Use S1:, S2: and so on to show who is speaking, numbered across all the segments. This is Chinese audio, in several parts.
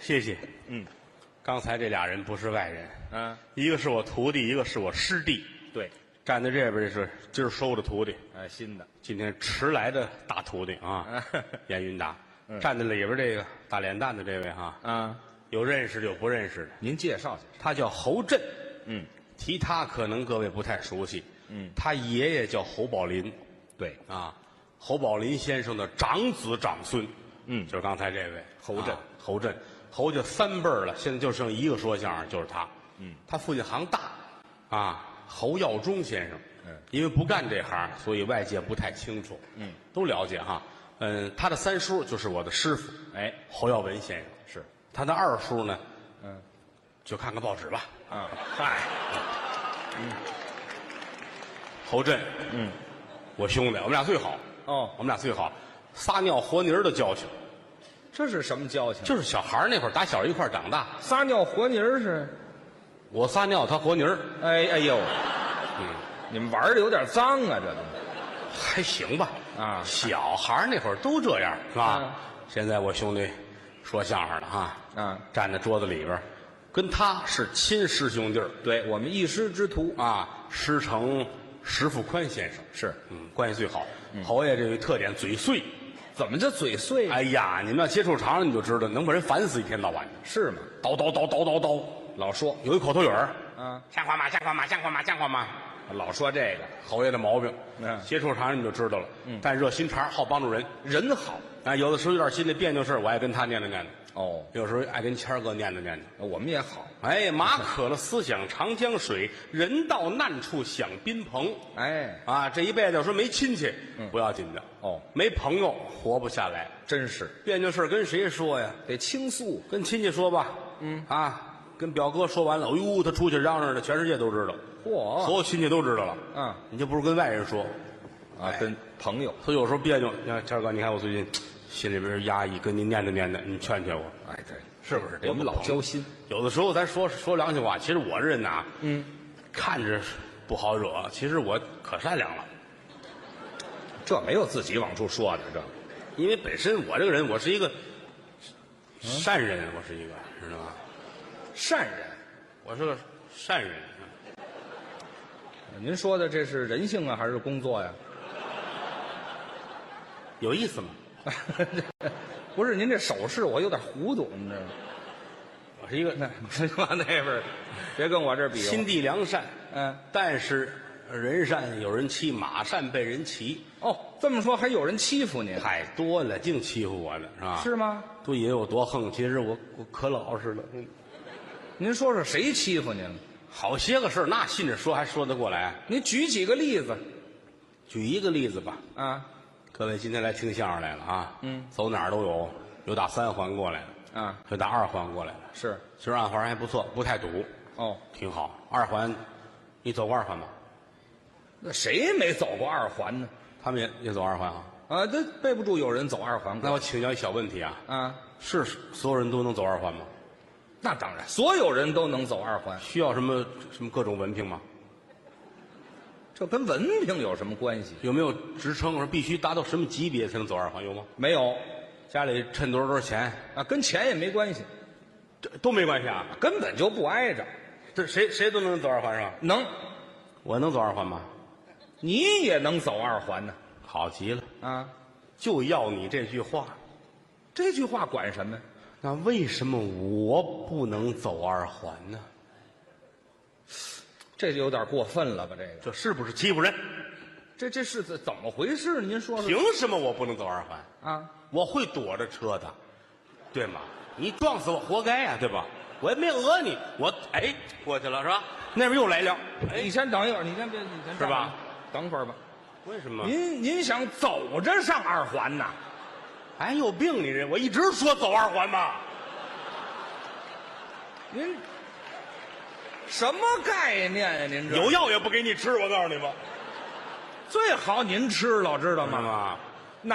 S1: 谢谢。
S2: 嗯
S1: 刚才这俩人不是外人，
S2: 嗯，
S1: 一个是我徒弟，一个是我师弟。
S2: 对，
S1: 站在这边是今儿收的徒弟，
S2: 呃，新的，
S1: 今天迟来的大徒弟啊，
S2: 嗯
S1: 严云达。站在里边这个大脸蛋的这位啊，
S2: 啊，
S1: 有认识的有不认识的，
S2: 您介绍介绍。
S1: 他叫侯震。
S2: 嗯，
S1: 提他可能各位不太熟悉，
S2: 嗯，
S1: 他爷爷叫侯宝林
S2: 对，
S1: 啊，侯宝林先生的长子长孙，
S2: 嗯
S1: 就是刚才这位
S2: 侯震
S1: 啊侯震，侯家三辈儿了，现在就剩一个说相声，就是他，
S2: 嗯，
S1: 他父亲行大啊，侯耀中先生，
S2: 嗯，
S1: 因为不干这行，所以外界不太清楚，
S2: 嗯，
S1: 都了解哈，嗯，他的三叔就是我的师傅
S2: 哎，
S1: 侯耀文先生，
S2: 是，
S1: 他的二叔呢，
S2: 嗯，
S1: 就看看报纸吧，
S2: 啊，
S1: 嗨，侯震，
S2: 嗯，
S1: 我兄弟，我们俩最好，
S2: 哦，
S1: 我们俩最好，撒尿和泥儿的交情，
S2: 这是什么交情？啊
S1: 就是小孩儿那会儿打小一块儿长大，
S2: 撒尿和泥儿是？
S1: 我撒尿他和泥儿，
S2: 哎哎呦，
S1: 嗯，
S2: 你们玩的有点脏啊，这都。
S1: 还行吧，
S2: 啊
S1: 小孩儿那会儿都这样，是吧？
S2: 嗯
S1: 现在我兄弟说相声的哈，
S2: 嗯
S1: 站在桌子里边儿，跟他是亲师兄弟儿
S2: 对我们一师之徒
S1: 啊，师承石富宽先生，
S2: 是，
S1: 嗯，关系最好。侯爷这个特点嘴碎。
S2: 怎么这嘴碎？
S1: 哎呀，你们要接触长了，你就知道能把人烦死一天到晚的，
S2: 是吗？
S1: 叨叨叨叨叨叨，
S2: 老说，
S1: 有一口头语儿，
S2: 啊，
S1: 像话吗？像话吗？像话吗？像话吗？
S2: 老说这个，
S1: 侯爷的毛病，
S2: 嗯
S1: 接触长了你就知道了。但热心肠，好帮助人。
S2: 人好。
S1: 啊，有的时候有点心里别扭事儿我爱跟他念叨念叨，
S2: 哦，
S1: 有时候爱跟谦儿哥念叨念叨。
S2: 我们也好。
S1: 哎， 马渴了思想长江水，人到难处想宾朋。
S2: 哎，
S1: 啊，这一辈子要说没亲戚，不要紧的，
S2: 哦，
S1: 没朋友活不下来。
S2: 真是
S1: 别扭事儿跟谁说呀？
S2: 得倾诉。
S1: 跟亲戚说吧，嗯啊，跟表哥说完了，哎呦，他出去嚷嚷的，全世界都知道，所
S2: 嚯，
S1: 有亲戚都知道了。
S2: 嗯，
S1: 你就不如跟外人说，
S2: 啊，跟朋友，
S1: 所以有时候别扭。你看谦儿哥，你看我最近心里边压抑，跟您念叨念叨，你劝劝我，
S2: 哎，对，
S1: 是不是？
S2: 我们老
S1: 交
S2: 交，心。
S1: 有的时候咱说说良心话，其实我这人呐，
S2: 嗯，
S1: 看着不好惹，其实我可善良了，
S2: 这没有自己往出说的，这
S1: 因为本身我这个人，我是一个
S2: 嗯
S1: 善人，我是一个，知道吗？
S2: 善人。
S1: 我是个善人。
S2: 您说的这是人性啊，还是工作呀、
S1: 有意思吗？
S2: 不是，您这手势我有点糊涂，你知道吗？
S1: 我是一个
S2: 那 往那边儿，别跟我这儿比划。
S1: 心地良善，
S2: 嗯，
S1: 但是人善有人欺，马善被人骑，
S2: 哦，这么说还有人欺负您，
S1: 太多了，净欺负我呢，是吧？
S2: 是吗？
S1: 都以为我多横，其实我我可老实了。嗯
S2: 您说说谁欺负您了？
S1: 好些个事儿，那信着说还说得过来。
S2: 您举几个例子
S1: 举一个例子吧，
S2: 啊
S1: 各位今天来听相声来了啊，
S2: 嗯，
S1: 走哪儿都有，有打三环过来的，
S2: 啊？
S1: 有打二环过来的。
S2: 是
S1: 今儿二环还不错，不太堵，
S2: 哦，
S1: 挺好。二环，你走过二环吗？
S2: 那谁没走过二环呢？
S1: 他们也也走二环啊？
S2: 啊，这备不住有人走二环过
S1: 那我请教一小问题啊，
S2: 啊，
S1: 是所有人都能走二环吗？
S2: 那当然，所有人都能走二环，
S1: 需要什么什么各种文凭吗？
S2: 这跟文凭有什么关系？
S1: 有没有职称？说必须达到什么级别才能走二环？有吗？
S2: 没有
S1: 家里趁多少多少钱，
S2: 啊，跟钱也没关系，
S1: 这都没关系啊。
S2: 根本就不挨着。
S1: 这谁谁都能走二环是吧？
S2: 能，
S1: 我能走二环吗？
S2: 你也能走二环呢
S1: 好极了，
S2: 啊？
S1: 就要你这句话。
S2: 这句话管什么呀？
S1: 那为什么我不能走二环呢？
S2: 这就有点过分了吧？这个。
S1: 这是不是欺负人？
S2: 这这是怎怎么回事？您说说
S1: 凭什么我不能走二环？
S2: 啊？
S1: 我会躲着车的，对吗？你撞死我活该啊呀、对吧？我也没讹你，我哎过去了是吧？那边又来辆，
S2: 你先等一会儿，你先别，你先
S1: 是吧
S2: 等会儿？等会儿吧。
S1: 为什么？
S2: 您您想走着上二环呐？
S1: 哎，有病你这！我一直说走二环嘛，
S2: 您什么概念呀、您这
S1: 有药也不给你吃，我告诉你吧，
S2: 最好您吃了，知道
S1: 妈
S2: 吗？
S1: 妈，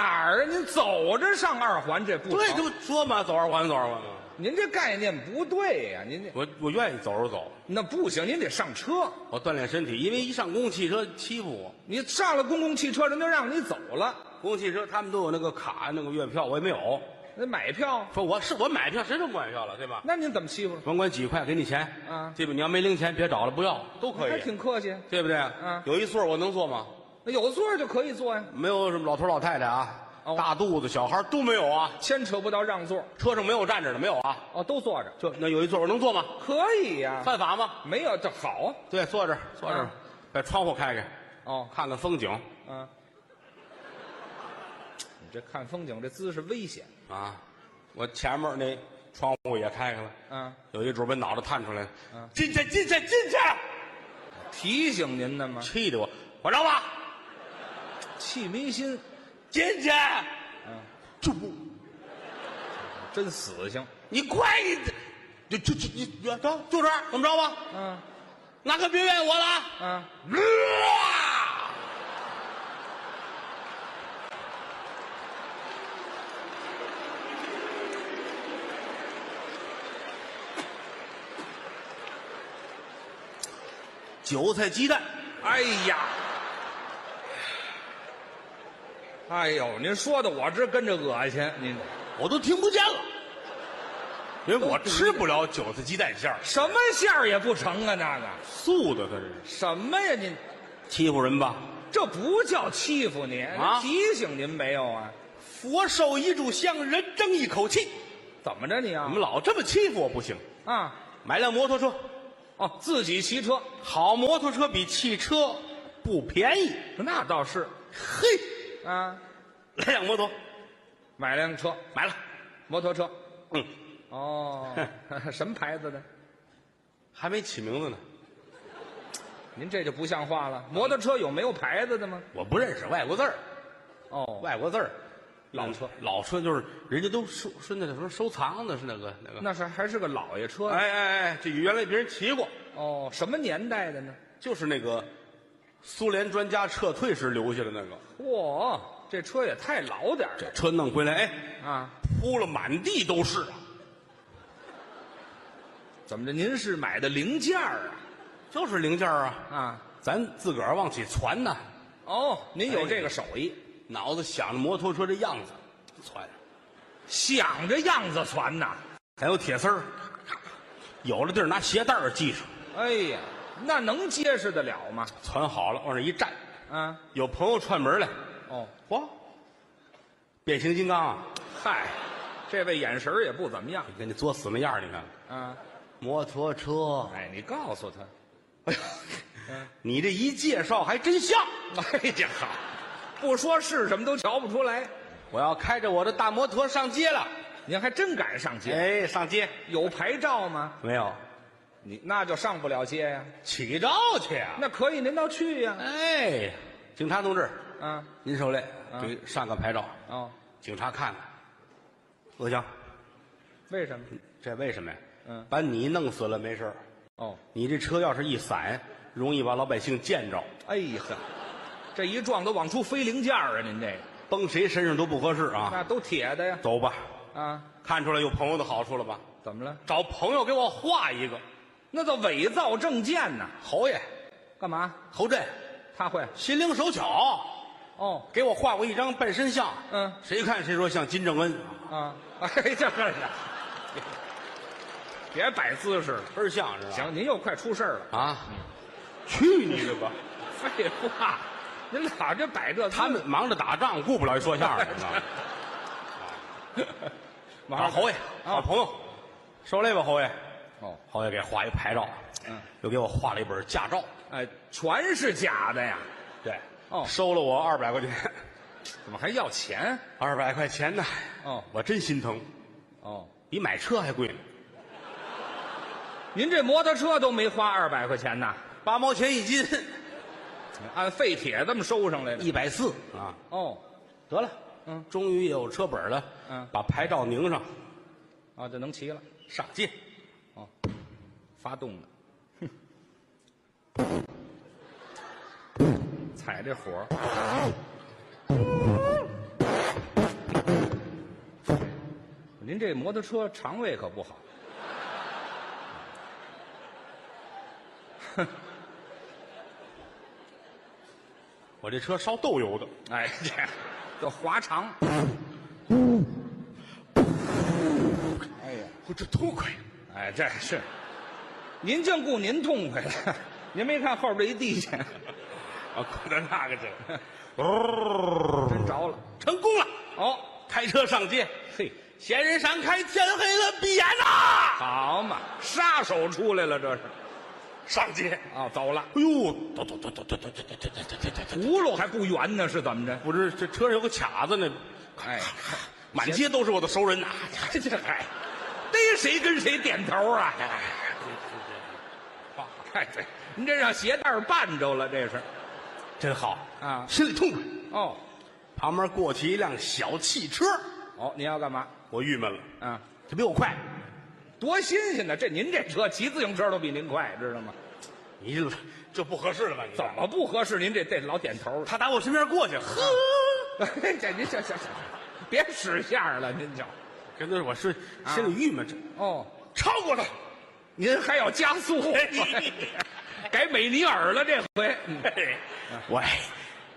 S2: 哪儿啊？您走着上二环这不成
S1: 对，就说嘛，走二环，走二环嘛。
S2: 您这概念不对呀、您这
S1: 我我愿意走着走，
S2: 那不行，您得上车。
S1: 我锻炼身体，因为一上公共汽车欺负我，
S2: 你上了公共汽车，人就让你走了。
S1: 公共汽车他们都有那个卡那个月票，我也没有，
S2: 那买票，
S1: 说我是我买票，谁都不买票了，对吧？
S2: 那您怎么欺负了？
S1: 甭管几块，给你钱。
S2: 啊
S1: 这边你要没零钱，别找了，不要都可
S2: 还
S1: 以，
S2: 挺客气，
S1: 对不对？
S2: 嗯
S1: 有一座我能坐吗？
S2: 那有座儿就可以坐呀，
S1: 没有什么老头老太太啊，
S2: 哦
S1: 大肚子小孩都没有啊，
S2: 牵扯不到让座，
S1: 车上没有站着的，没有啊。
S2: 哦，都坐着，
S1: 就那有一座我能坐吗？
S2: 可以呀，
S1: 犯法吗？
S2: 没有这好啊，
S1: 对，坐这儿，坐这儿
S2: 啊，
S1: 把窗户开开，
S2: 哦，
S1: 看看风景
S2: 嗯、你这看风景这姿势危险，
S1: 啊。我前面那窗户也开开了，
S2: 嗯、
S1: 有一主把脑袋探出来了
S2: 嗯，
S1: 进去，进去，进去，
S2: 提醒您呢吗？
S1: 气得我，我让吧，
S2: 气迷心，
S1: 进去，
S2: 嗯、
S1: 就
S2: 真死性，
S1: 你快，你就就就你就走，就这儿，怎么着吧？
S2: 嗯、
S1: 那可别怨我了啊。
S2: 嗯、
S1: 韭菜鸡蛋，
S2: 哎呀，哎呦，您说的我这跟着恶心，您
S1: 我都听不见了， 因为我吃不了韭菜鸡蛋馅儿，
S2: 什么馅儿也不成啊，那个
S1: 素的，它这是
S2: 什么呀您？
S1: 欺负人吧？
S2: 这不叫欺负您
S1: 啊
S2: 提醒您没有啊？
S1: 佛受一炷香，人争一口气。
S2: 怎么着你
S1: 你
S2: 啊？
S1: 们老这么欺负我不行，
S2: 啊，
S1: 买辆摩托车，
S2: 哦，自己骑车，
S1: 好摩托车比汽车不便宜。
S2: 那倒是
S1: 嘿，
S2: 啊，
S1: 来辆摩托，
S2: 买辆车，
S1: 买了，
S2: 摩托车，
S1: 嗯，
S2: 哦， 什么牌子的？
S1: 还没起名字呢，
S2: 您这就不像话了。摩托车有没有牌子的吗？
S1: 我不认识外国字儿，
S2: 哦，
S1: 外国字儿，
S2: 老车
S1: 嗯老车就是人家都收是那个什么收藏的，是那个那个。
S2: 那是还是个老爷车呢。
S1: 哎哎哎，这原来别人骑过，
S2: 哦，什么年代的呢？
S1: 就是那个苏联专家撤退时留下的那个，
S2: 嚯，这车也太老点儿
S1: 这车弄回来，哎，
S2: 了啊！
S1: 铺了满地都是啊，
S2: 怎么着？您是买的零件儿
S1: 就是零件儿啊。
S2: 啊？啊，
S1: 咱自个儿往起攒呐，
S2: 哦，您
S1: 哎
S2: 有这个手艺，
S1: 脑子想着摩托车的样子，攒，
S2: 想着样子传呐。
S1: 还有铁丝儿，有了地儿拿鞋带儿系上，
S2: 哎呀，那能结实得了吗？
S1: 攒好了往那一站。
S2: 啊，
S1: 有朋友串门来，
S2: 哦，
S1: 嚯，变形金刚啊，
S2: 嗨，这位眼神儿也不怎么样
S1: 你看你作死那样儿，你看
S2: 啊。
S1: 摩托车，
S2: 哎，你告诉他，
S1: 哎呦，你这一介绍还真像。
S2: 哎呀，不说是什么都瞧不出来。
S1: 我要开着我的大摩托上街了，
S2: 您还真敢上街？
S1: 哎，上街
S2: 有牌照吗？
S1: 没有？
S2: 你那就上不了街呀、
S1: 起照去啊！
S2: 那可以，您倒去呀、
S1: 哎，警察同志，
S2: 啊，
S1: 您受累，
S2: 啊
S1: 给上个牌照。
S2: 哦，
S1: 警察看看，罗翔，
S2: 为什么？
S1: 这为什么呀？
S2: 嗯
S1: 把你弄死了没事儿
S2: 哦，
S1: 你这车要是一散，容易把老百姓见着，
S2: 哎呀，这一撞都往出飞零件儿啊！您这个
S1: 崩谁身上都不合适啊！
S2: 那都铁的呀！
S1: 走吧，
S2: 啊，
S1: 看出来有朋友的好处了吧？
S2: 怎么了？
S1: 找朋友给我画一个，
S2: 那叫伪造证件呐！
S1: 侯爷、
S2: 干嘛？
S1: 侯震，
S2: 他会？
S1: 心灵手巧，
S2: 哦，
S1: 给我画过一张半身像。
S2: 嗯
S1: 谁看谁说像金正恩，
S2: 啊，哎，这个是，别摆姿势了。
S1: 倍儿像是吧？
S2: 行，您又快出事儿了。
S1: 啊，去你的 吧！
S2: 废话，您老这摆这姿势
S1: 他们忙着打仗，顾不了说相声，你知 道吗？
S2: 马
S1: 啊，
S2: 上
S1: 侯爷，好朋友，受累吧，侯爷。
S2: 哦，
S1: 侯爷给画一牌照，
S2: 嗯，
S1: 又给我画了一本驾照，
S2: 哎，全是假的呀！
S1: 对，
S2: 哦
S1: 收了我二百块钱，
S2: 怎么还要钱？
S1: 二百块钱呢，
S2: 哦
S1: 我真心疼，
S2: 哦，
S1: 比买车还贵呢，
S2: 您这摩托车都没花二百块钱呐，
S1: 八毛钱一斤，
S2: 按哎废铁这么收上来的。
S1: 一百四啊，
S2: 哦，
S1: 得了，
S2: 嗯，
S1: 终于有车本了，
S2: 嗯
S1: 把牌照拧上，
S2: 啊，这能骑了，
S1: 上街，
S2: 发动了，哼踩这火儿，您这摩托车肠胃可不好。
S1: 我这车
S2: 哎
S1: 烧豆油的，
S2: 哎，这叫滑肠。
S1: 我这痛快，
S2: 哎，这是，您净顾您痛快了，您没看后边这一地
S1: 啊，
S2: 哦去，
S1: 哭到那个去了，
S2: 真着了。
S1: 成功了，
S2: 哦，
S1: 开车上街，
S2: 嘿，
S1: 闲人闪开，天黑了闭眼呐、
S2: 好嘛，杀手出来了，这是
S1: 上街，
S2: 啊，走了。
S1: 哎呦，嘟嘟嘟嘟嘟嘟嘟嘟嘟嘟嘟嘟，
S2: 轱辘还不圆呢，是怎么着？
S1: 不是这车上有个卡子呢，
S2: 哎，
S1: 满街都是我的熟人呐、
S2: 这这还逮谁跟谁点头啊？ 哎，对，您这让鞋带儿绊着了，这是。
S1: 真好
S2: 啊
S1: 心里痛快。
S2: 哦，
S1: 旁边过去一辆小汽车，
S2: 哦，您要干嘛？
S1: 我郁闷了，
S2: 啊，
S1: 他比我快，
S2: 多新鲜呢！这您这车骑自行车都比您快，知道吗？
S1: 你这这不合适了吧？你
S2: 怎么不合适？您这这老点头
S1: 他打我身边过去，呵，啊
S2: 这您行行行，别使相了，您就
S1: 跟着我是心里郁闷，这
S2: 哦，
S1: 超过他，
S2: 您还要加 速，
S1: 哎
S2: 改美尼尔了这回。嗯
S1: 嘿我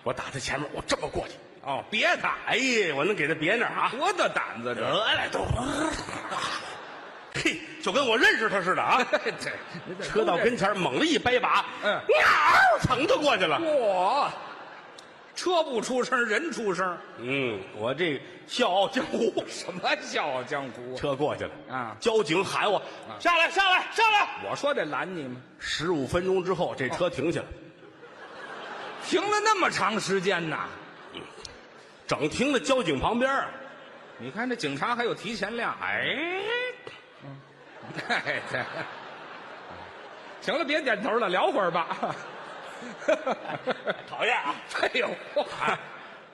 S1: 我打他前面，我这么过去，
S2: 哦，别他，
S1: 哎呀，我能给他别那儿啊？
S2: 多大胆子
S1: 得
S2: 这！
S1: 了，都，啊嘿，就跟我认识他似的 啊！
S2: 这您这
S1: 车到跟前儿猛地一掰把，啊
S2: 嗯
S1: 喵，腾就过去了。
S2: 哇，车不出声，人出声，
S1: 嗯，我这笑傲江湖，
S2: 什么笑傲江湖啊？
S1: 车过去了
S2: 啊
S1: 交警喊我下来，下来，下来。
S2: 我说这拦你吗？
S1: 十五分钟之后，这车停下了，
S2: 停了那么长时间呐！
S1: 整停在交警旁边儿。啊
S2: 你看这警察还有提前量，哎，
S1: 哎，
S2: 哎对行了，别点头了，聊会儿吧。
S1: 讨厌啊！
S2: 哎呦，哇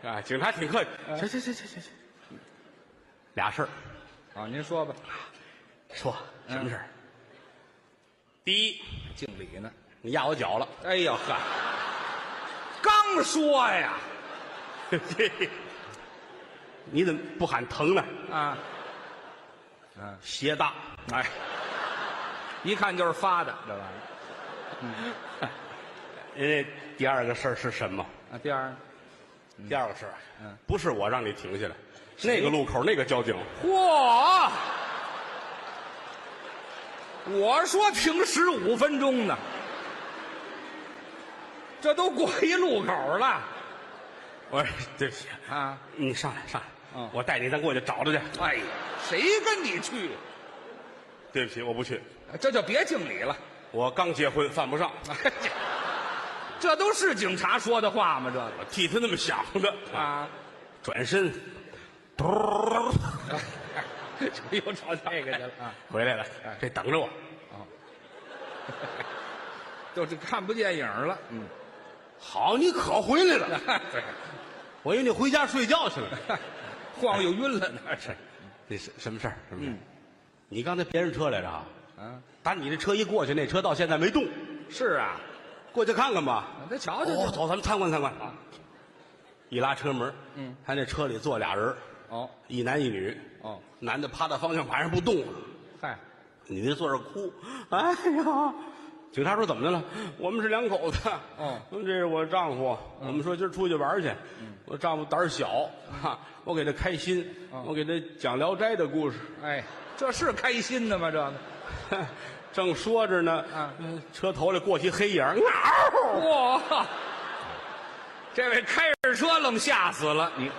S1: 啊，警察挺客气。行行行行行行，俩事儿，
S2: 啊，您说吧，
S1: 说嗯什么事儿？第一，
S2: 敬礼呢？
S1: 你压我脚了。
S2: 哎呦呵，刚说呀，
S1: 你怎么不喊疼呢？
S2: 啊，
S1: 鞋大，
S2: 哎，一看就是发的这玩意儿。
S1: 呃，第二个事儿是什么？
S2: 啊，第二，
S1: 第二个事儿，啊
S2: 嗯，
S1: 不是我让你停下来，那个路口那个交警，
S2: 嚯！我说停十五分钟呢，这都过一路口了
S1: 我说对不起，
S2: 啊！
S1: 你上来上来，
S2: 嗯
S1: 我带你咱过去找他去。
S2: 哎呀，谁跟你去？
S1: 对不起，我不去，
S2: 这就别敬礼了。
S1: 我刚结婚，犯不上，
S2: 哎这这都是警察说的话吗？这个
S1: 我替他那么想的。
S2: 啊，
S1: 转身， 嘟，
S2: 又朝那个去了啊！
S1: 回来了
S2: 哎，
S1: 这等着我。
S2: 就是看不见影儿了。嗯，
S1: 好，你可回来了， 我以为你回家睡觉去了。
S2: 晃悠晕了呢。
S1: 是，那是什么事儿？什么
S2: 嗯
S1: 事儿？你刚才别人车来着啊？
S2: 啊，
S1: 打你这车一过去，那车到现在没动，
S2: 是啊，
S1: 过去看看吧。
S2: 那瞧瞧
S1: 哦，
S2: 去。
S1: 走，咱们参观参观啊！一拉车门，
S2: 嗯，
S1: 他那车里坐俩人，
S2: 哦
S1: 一男一女，
S2: 哦，
S1: 男的趴在方向盘上不动，
S2: 嗨，
S1: 女的坐这儿哭。哎呀，警察说怎么的了？我们是两口子，
S2: 哦
S1: 嗯，这是我丈夫，我们说今儿出去玩去。我丈夫胆儿小，哈，我给他开心，我给他讲《聊斋》的故事。
S2: 哎，这是开心的吗？这个。
S1: 正说着呢，
S2: 啊
S1: 嗯，车头里过去黑影，啊嗷！
S2: 哇！这位开着车愣吓死了，你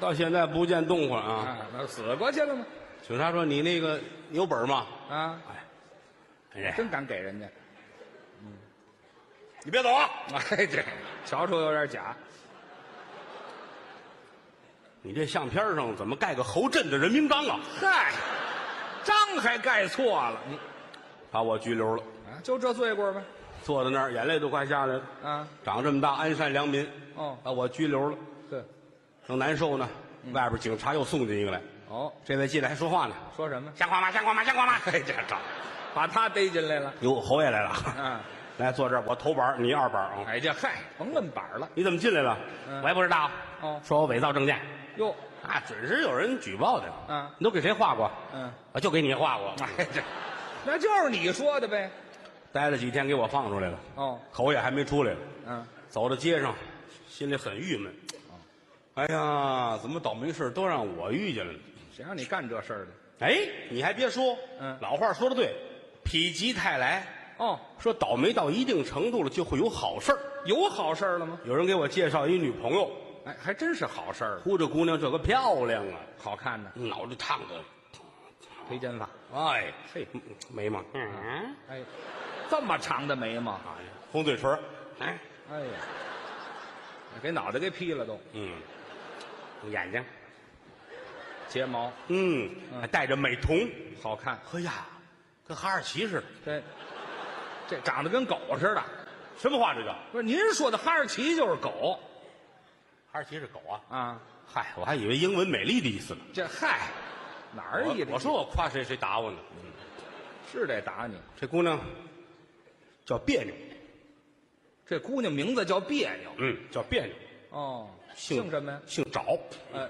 S1: 到现在不见动静啊！
S2: 啊，那死过去了吗？
S1: 警察说：“你那个你有本儿吗？”
S2: 啊，
S1: 哎，
S2: 真敢给人家！
S1: 你别走啊！
S2: 哎，这瞧出有点假，
S1: 你这相片上怎么盖个侯震的人名章啊？
S2: 嗨，章还盖错了，你
S1: 把我拘留了，
S2: 啊，就这罪过吧？
S1: 坐在那儿眼泪都快下来了。
S2: 啊，
S1: 长这么大，安善良民，
S2: 哦
S1: 把我拘留了，
S2: 对，
S1: 正难受呢。外边警察又送进一个来，
S2: 哦，
S1: 这位进来还说话呢，
S2: 说什么？
S1: 像话吗？像话吗？像话吗？
S2: 哎，这招把他逮进来了，
S1: 哟，侯爷来了，
S2: 啊，
S1: 来坐这儿，我头板儿，你二板儿啊。
S2: 哎，这嗨，甭问板儿了，
S1: 你怎么进来了？
S2: 嗯
S1: 我也不知道。
S2: 哦
S1: 说我伪造证件
S2: 哟，
S1: 啊，准是有人举报的。
S2: 嗯
S1: 你都给谁画过？
S2: 嗯，
S1: 啊，就给你画过。
S2: 哎，这那就是你说的呗？
S1: 待了几天，给我放出来了。
S2: 哦，
S1: 侯爷还没出来呢。
S2: 嗯，
S1: 走到街上，心里很郁闷。哎呀，怎么倒霉事儿都让我遇见了呢？
S2: 谁让你干这事儿的？
S1: 哎，你还别说，
S2: 嗯
S1: 老话说的对，否极泰来。
S2: 哦，
S1: 说倒霉到一定程度了，就会有好事儿。
S2: 有好事儿了吗？
S1: 有人给我介绍一女朋友，
S2: 哎，还真是好事儿，
S1: 呼这姑娘这个漂亮啊，
S2: 好看呢，
S1: 脑袋烫的，
S2: 披肩发，
S1: 哎，
S2: 嘿，
S1: 眉毛，嗯，
S2: 哎，这么长的眉毛，
S1: 哎呀，红嘴唇儿，哎，
S2: 哎呀，给脑袋给劈了都，
S1: 嗯，眼睛，
S2: 睫毛
S1: 嗯，还带着美瞳，
S2: 好看，
S1: 哎呀，跟哈士奇似的。
S2: 这这长得跟狗似的。
S1: 什么话这叫？
S2: 不是您说的哈士奇就是狗
S1: 哈士奇是狗啊？
S2: 啊？
S1: 嗨，我还以为英文美丽的意思呢。
S2: 这嗨，哪儿
S1: 我
S2: 一
S1: 我说我夸谁谁打我呢？
S2: 是得打你。
S1: 这姑娘叫别扭，
S2: 这姑娘名字叫别扭
S1: 嗯，叫别扭，
S2: 哦，姓什么呀？
S1: 姓找，
S2: 呃，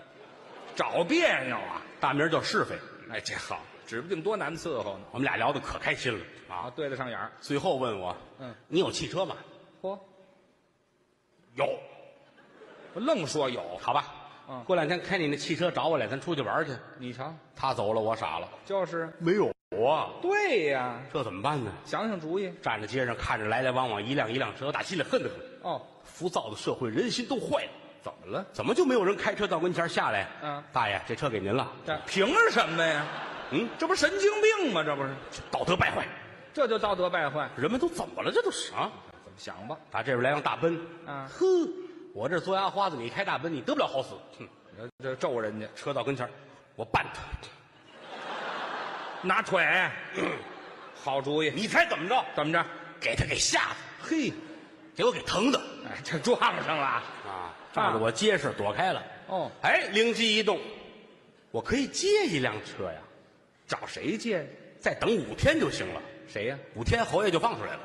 S2: 找别扭啊？
S1: 大名叫是非。
S2: 哎，这好，指不定多难伺候呢。
S1: 我们俩聊的可开心了
S2: 啊，
S1: 啊！
S2: 对得上眼儿。
S1: 最后问我，
S2: 嗯，
S1: 你有汽车吗？
S2: 嚯，
S1: 有，
S2: 我愣说有，
S1: 好吧。
S2: 嗯
S1: 过两天开你那汽车找我来，咱出去玩去。
S2: 你瞧，
S1: 他走了，我傻了，
S2: 就是
S1: 没有啊，
S2: 对呀，
S1: 这怎么办呢？
S2: 想想主意
S1: 站在街上看着来来往往一辆一辆车，打心里恨得很。
S2: 哦。
S1: 浮躁的社会，人心都坏了，
S2: 怎么了？
S1: 怎么就没有人开车到跟前下来？
S2: 嗯
S1: 大爷，这车给您了。
S2: 这凭什么呀？
S1: 嗯，
S2: 这不神经病吗？这不是，
S1: 道德败坏，
S2: 这就道德败坏。
S1: 人们都怎么了？这都是啊！
S2: 怎么想吧？
S1: 打这边来辆大奔，
S2: 嗯
S1: 呵，我这做牙花子，你开大奔，你得不了好死。哼，
S2: 这这咒人家
S1: 车到跟前儿，我绊他，
S2: 拿腿， 好主意。
S1: 你猜怎么着？
S2: 怎么着？
S1: 给他给吓的，
S2: 嘿，
S1: 给我给疼的
S2: 哎，这撞上了啊。
S1: 啊！仗着我结实，躲开了。
S2: 哦，
S1: 哎，灵机一动，我可以借一辆车呀，
S2: 找谁借？
S1: 再等五天就行了。
S2: 谁呀、
S1: 五天侯爷就放出来了，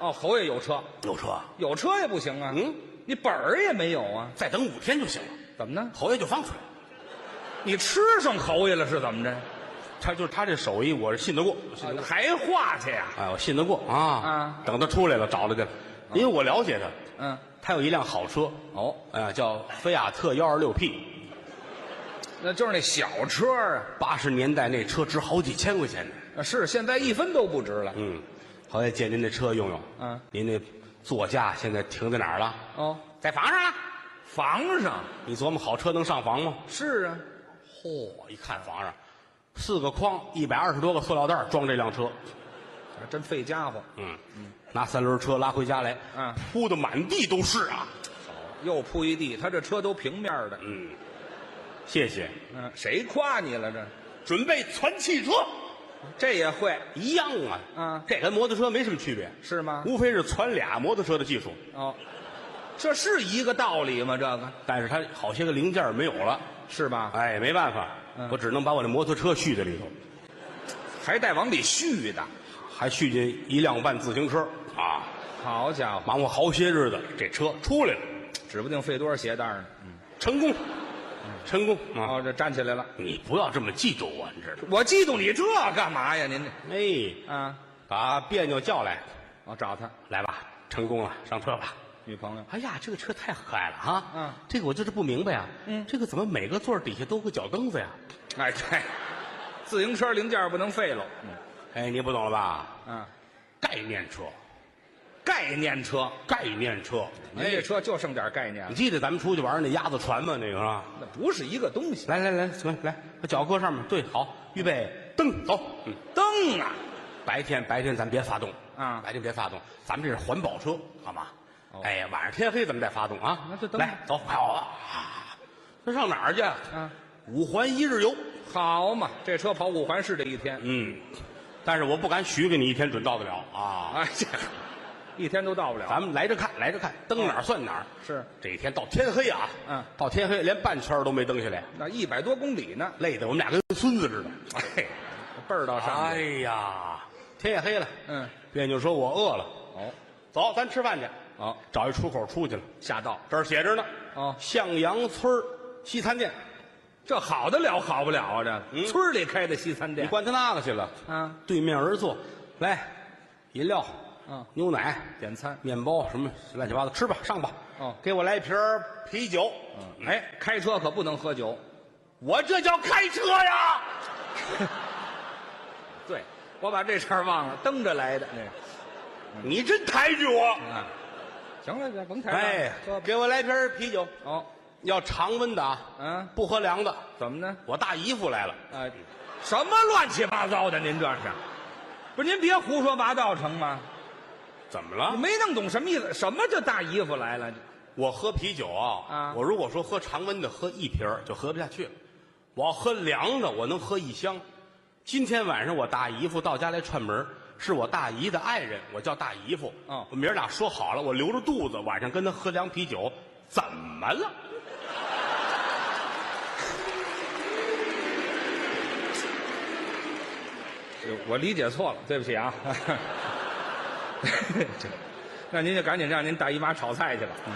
S2: 哦，侯爷有车，
S1: 有车啊，
S2: 有车也不行啊。
S1: 嗯，
S2: 你本儿也没有啊？
S1: 再等五天就行了，
S2: 怎么呢？
S1: 侯爷就放出来了。
S2: 你吃上侯爷了是怎么着？
S1: 他就是他这手艺，我是信得过，我信得过。
S2: 啊还画去呀、
S1: 哎，我信得过啊。
S2: 啊
S1: 等他出来了，找他去了，因为我了解他，
S2: 嗯，
S1: 他有一辆好车，
S2: 哦，
S1: 呃，叫菲亚特幺二六 P，
S2: 那就是那小车啊。
S1: 八十年代那车值好几千块钱呢。
S2: 啊是，现在一分都不值了。
S1: 嗯，侯爷借您那车用用。
S2: 嗯，
S1: 您那座驾现在停在哪儿了？
S2: 哦，
S1: 在房上了。啊
S2: 房上
S1: 你琢磨好车能上房吗？
S2: 是啊，
S1: 嚯、一看房上，四个筐，一百二十多个塑料袋装这辆车。
S2: 啊真费家伙，
S1: 嗯，拿三轮车拉回家来，
S2: 嗯
S1: 铺的满地都是啊。
S2: 又铺一地，他这车都平面的。
S1: 嗯，谢谢。
S2: 嗯，谁夸你了这？
S1: 准备攒汽车，
S2: 这也会
S1: 一样啊。
S2: 嗯
S1: 这跟摩托车没什么区别，
S2: 是吗？
S1: 无非是攒俩摩托车的技术，
S2: 哦，这是一个道理吗？这个
S1: 但是它好些个零件没有了。
S2: 是吧？
S1: 哎，没办法，
S2: 嗯
S1: 我只能把我这摩托车续在里头，
S2: 还带往里续的，
S1: 还续进一辆半自行车啊，
S2: 好家伙，
S1: 忙活好些日子，这车出来了，
S2: 指不定费多少鞋带呢。
S1: 成功，成功啊！
S2: 哦，这站起来了，
S1: 你不要这么嫉妒我，你知道吗？
S2: 我嫉妒你这干嘛呀？您这
S1: 哎，
S2: 啊，
S1: 把别扭叫来，
S2: 我找他
S1: 来吧，成功了，上车吧。
S2: 女朋友，
S1: 哎呀，这个车太可爱了啊！
S2: 嗯
S1: 这个我就是不明白呀、
S2: 嗯
S1: 这个怎么每个座儿底下都有个脚蹬子呀？
S2: 哎对，自行车零件不能废了。
S1: 哎，你不懂了吧？
S2: 嗯，啊，
S1: 概念车，
S2: 概念车，
S1: 概念车。
S2: 您这车就剩点概念
S1: 你
S2: 了，
S1: 记得咱们出去玩儿那鸭子船吗？那个是吧？
S2: 那不是一个东西。
S1: 来来来，什么来？把脚搁上面。对，好，预备，蹬，走。嗯，
S2: 灯啊，
S1: 白天白天咱别发动
S2: 啊
S1: 白天别发动，咱们这是环保车，好吗？
S2: 哦
S1: 哎呀，晚上天黑咱们再发动啊。
S2: 那就蹬
S1: 来，走，快好了。这上哪儿去？
S2: 啊，
S1: 五环一日游。
S2: 好嘛，这车跑五环市这一天，
S1: 嗯，但是我不敢许给你一天准到得了啊。
S2: 哎这一天都到不了。
S1: 咱们来着看，来着看，蹬哪儿算哪儿。
S2: 是，
S1: 这一天到天黑啊，
S2: 嗯，
S1: 到天黑连半圈儿都没蹬下来，
S2: 那一百多公里呢，
S1: 累得我们俩跟孙子似的。哎，
S2: 倍儿到上
S1: 哎
S2: 面。
S1: 呀，天也黑了，
S2: 嗯，
S1: 别扭说我饿了，
S2: 哦，
S1: 走，咱吃饭去。
S2: 好，
S1: 找一出口出去了，
S2: 下道。
S1: 这儿写着呢，
S2: 哦
S1: 向阳村儿西餐店。
S2: 这好得了好不了啊！这、村儿里开的西餐
S1: 你
S2: 店
S1: 管他那个去了，
S2: 啊，
S1: 对面而坐，来，饮料，
S2: 嗯
S1: 牛奶，
S2: 点餐
S1: 面包什么乱七八糟，吃吧，上吧。
S2: 哦
S1: 给我来一瓶儿啤酒。
S2: 嗯哎，开车可不能喝酒，
S1: 我这叫开车呀！
S2: 对，我把这茬儿忘了，蹬着来的。
S1: 你真抬举我！
S2: 那啊，行了，这甭抬了。
S1: 哎
S2: 啊喝，吧
S1: 给我来瓶儿啤酒，
S2: 哦，
S1: 要常温的啊，
S2: 嗯，
S1: 不喝凉的。
S2: 怎么呢？
S1: 我大姨夫来了，
S2: 啊，什么乱七八糟的？您这是，不是您别胡说八道成吗？
S1: 怎么
S2: 你
S1: 了？
S2: 没弄懂什么意思？什么叫大姨夫来了？
S1: 我喝啤酒啊
S2: 啊，
S1: 我如果说喝常温的，喝一瓶儿就喝不下去了。我要喝凉的，我能喝一箱。今天晚上我大姨夫到家来串门儿，是我大姨的爱人，我叫大姨夫。
S2: 哦
S1: 我明儿俩说好了，我留着肚子，晚上跟他喝凉啤酒。怎么了？
S2: 呃我理解错了，对不起啊。 这那您就赶紧让您大姨妈炒菜去吧。嗯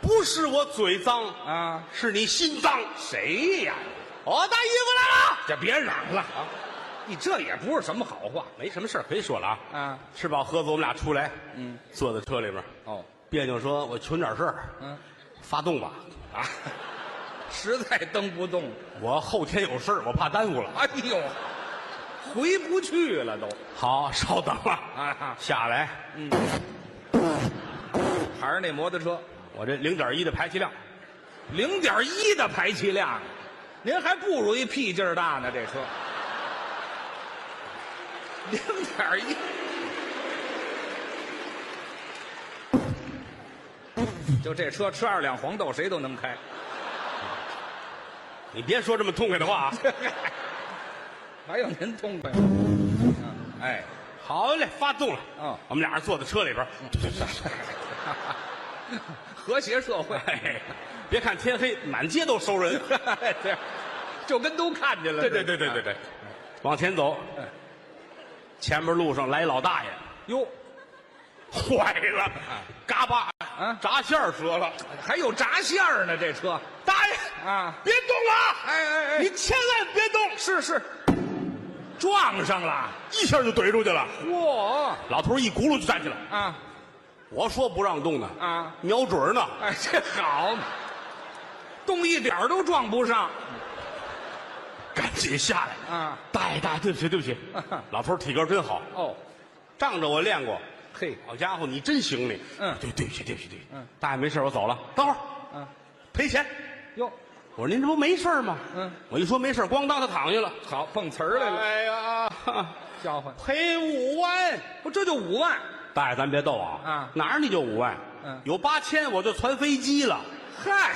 S1: 不是我嘴脏，
S2: 啊，
S1: 是你心脏。
S2: 谁呀？
S1: 我大姨夫来了，
S2: 这别嚷了啊！你这也不是什么好话
S1: 没什么事儿可以说了啊。
S2: 啊。
S1: 吃饱喝足，我们俩出来，嗯，坐在车里边儿，
S2: 哦，
S1: 别扭说：“我求你点事儿，
S2: 嗯
S1: 发动吧，
S2: 啊，实在蹬不动。
S1: 我后天有事儿，我怕耽误了。
S2: 哎呦，回不去了都”
S1: 好，稍等啊，
S2: 啊！
S1: 下来，
S2: 还是那摩托车，
S1: 我这零点一的排气量，
S2: 零点一的排气量，您还不如一屁劲儿大呢。这车，零点一。就这车吃二两黄豆，谁都能开。
S1: 你别说这么痛快的话 啊。
S2: 还有您痛快。哎，
S1: 好嘞，发动了。
S2: 嗯
S1: 我们俩人坐在车里边儿，
S2: 和谐社会，
S1: 哎，别看天黑，满街都收人。
S2: 对，就跟都看见了。啊嗯
S1: 对对对对对对，往前走，前面路上来老大爷，
S2: 哟，
S1: 坏了，
S2: 嗯
S1: 嘎巴，
S2: 啊
S1: 闸线儿折了，
S2: 还有闸线儿呢，这车。
S1: 大爷
S2: 啊
S1: 别动了啊，
S2: 哎哎哎
S1: 你千万别动，
S2: 是是，撞上了。
S1: 一下就怼出去了。
S2: 嚯
S1: 老头儿一轱辘就站起来，
S2: 啊！
S1: 我说不让动呢，
S2: 啊，
S1: 瞄准儿呢，
S2: 哎，这好嘛，动一点儿都撞不上。
S1: 赶紧下来啊
S2: 啊！
S1: 大爷大爷，对不起对不起，老头儿体格真好，
S2: 哦，
S1: 仗着我练过。
S2: 嘿，
S1: 好家伙，你真行你！
S2: 嗯
S1: 对，对不起，对不起，对不起。
S2: 嗯，
S1: 大爷没事，我走了。等会儿
S2: 啊，
S1: 赔钱。
S2: 哟，
S1: 我说您这不没事儿吗？
S2: 嗯，
S1: 我一说没事儿，咣当他躺下了。
S2: 好，蹦词儿来了，
S1: 哎呀，
S2: 家伙，
S1: 赔五万！
S2: 不，这就五万，
S1: 大爷，咱别逗啊！
S2: 啊
S1: 哪儿你就五万？
S2: 嗯
S1: 有八千我就传飞机了。
S2: 嗨，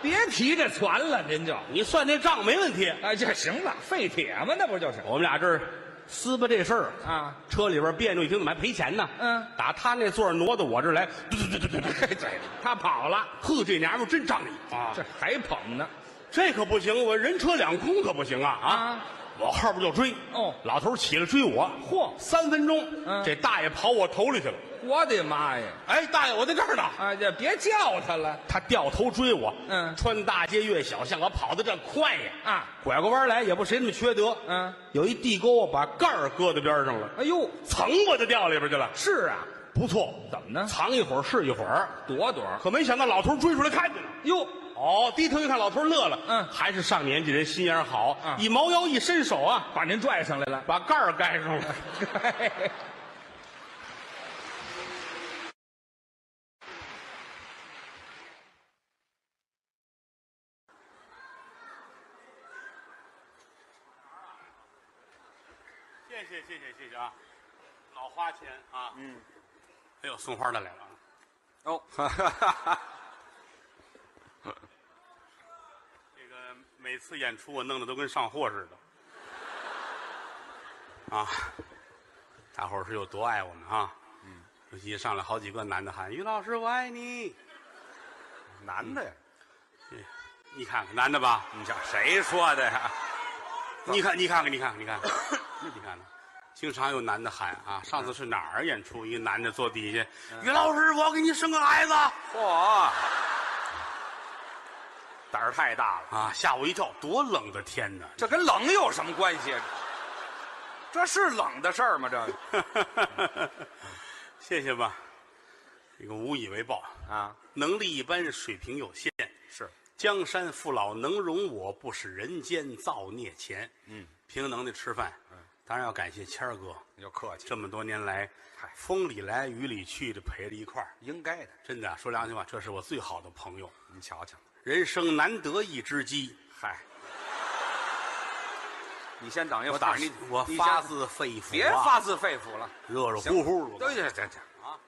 S2: 别提这船了，您就，
S1: 你算这账没问题。
S2: 哎，这行了，废铁嘛，那不就是
S1: 我们俩这儿撕吧这事儿，
S2: 啊？
S1: 车里边别扭，一听怎么还赔钱呢？
S2: 嗯
S1: 打他那座儿挪到我这儿来，对对对对 对对对，
S2: 他跑了，
S1: 呵，这娘们儿真仗义啊！
S2: 这还捧呢，
S1: 这可不行，我人车两空可不行啊啊！
S2: 啊
S1: 我后边就追，
S2: 哦
S1: 老头儿起来追我，
S2: 嚯
S1: 三分钟，
S2: 嗯
S1: 这大爷跑我头里去了。
S2: 我的妈呀！
S1: 哎，大爷，我在这儿呢。
S2: 啊，这别叫他了
S1: 他掉头追我，
S2: 嗯
S1: 穿大街越小巷，我跑的这快呀，
S2: 啊！
S1: 拐过弯来也不谁那么缺德，
S2: 嗯，
S1: 有一地沟把盖儿搁在边上了，
S2: 哎呦，
S1: 噌我就掉里边去了，
S2: 是啊，
S1: 不错，
S2: 怎么呢
S1: 藏一会儿是一会儿，
S2: 朵朵，
S1: 可没想到老头追出来看见了。
S2: 哟，
S1: 哦，低头一看，老头乐了，
S2: 嗯
S1: 还是上年纪人心眼儿好，
S2: 啊
S1: 一猫腰一伸手啊，
S2: 把您拽上来了。
S1: 把盖儿盖上了。谢谢谢谢谢谢啊，老花钱啊，嗯，哎呦，送花的来了啊。
S2: 哦，
S1: 这个每次演出我弄得都跟上货似的， 啊，大伙儿是有多爱我们啊？嗯，尤其上来好几个男的喊于老师我爱你，
S3: 男的呀？
S1: 你看看男的吧，
S3: 你瞧谁说的呀？
S1: 你看你看看你看看你看看，那你看看。经常有男的喊啊，上次是哪儿演出？一个男的坐底下，
S3: 嗯
S1: 于老师，我要给你生个孩子啊
S3: 嚯，胆儿太大了，
S1: 啊！吓我一跳，多冷的天呐！
S3: 这跟冷有什么
S2: 啊
S3: 关系？这是冷的事儿吗？这个
S1: 谢谢吧。这个无以为报，
S2: 啊，
S1: 能力一般，水平有限。
S2: 是
S1: 江山父老能容我，不使人间造孽钱。
S2: 嗯，
S1: 凭能耐吃饭。嗯，当然要感谢谦儿哥，
S2: 又客气，
S1: 这么多年来
S2: 嗨，
S1: 风里来雨里去的陪着一块儿。
S2: 应该的。
S1: 真的啊说良心话，这是我最好的朋友，
S2: 你瞧瞧，
S1: 人生难得一知己。
S2: 嗨，你先等一会儿，
S1: 我打
S2: 你
S1: 我
S2: 你
S1: 发
S2: 先
S1: 自肺腑、啊，
S2: 别发自肺腑了，
S1: 热热
S2: 行
S1: 乎乎的，
S2: 对对对对啊，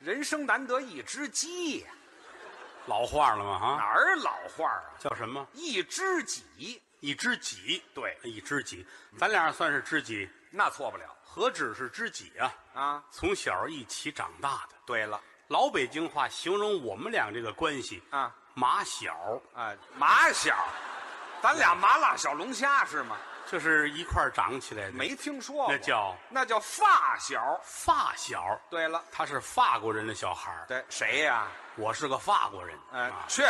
S2: 人生难得一知己呀，
S1: 老话了嘛
S2: 哪
S1: 哈，
S2: 儿老话儿啊？
S1: 叫什么？
S2: 一知己，
S1: 一知己，呃
S2: 对，
S1: 一知己，咱俩算是知己，
S2: 那错不了
S1: 何止是知己啊？
S2: 啊。
S1: 从小一起长大的，
S2: 对了
S1: 老北京话形容我们俩这个关系，
S2: 啊
S1: 马小，
S2: 啊，麻小，咱俩麻辣小龙虾是吗？
S1: 这是一块儿长起来的，
S2: 没听说过，
S1: 那叫
S2: 那叫发小。
S1: 发小，
S2: 对了，
S1: 他是法国人的小孩儿
S2: 对谁呀？
S1: 我是个法国人，
S2: 哎，
S1: 啊
S2: 去，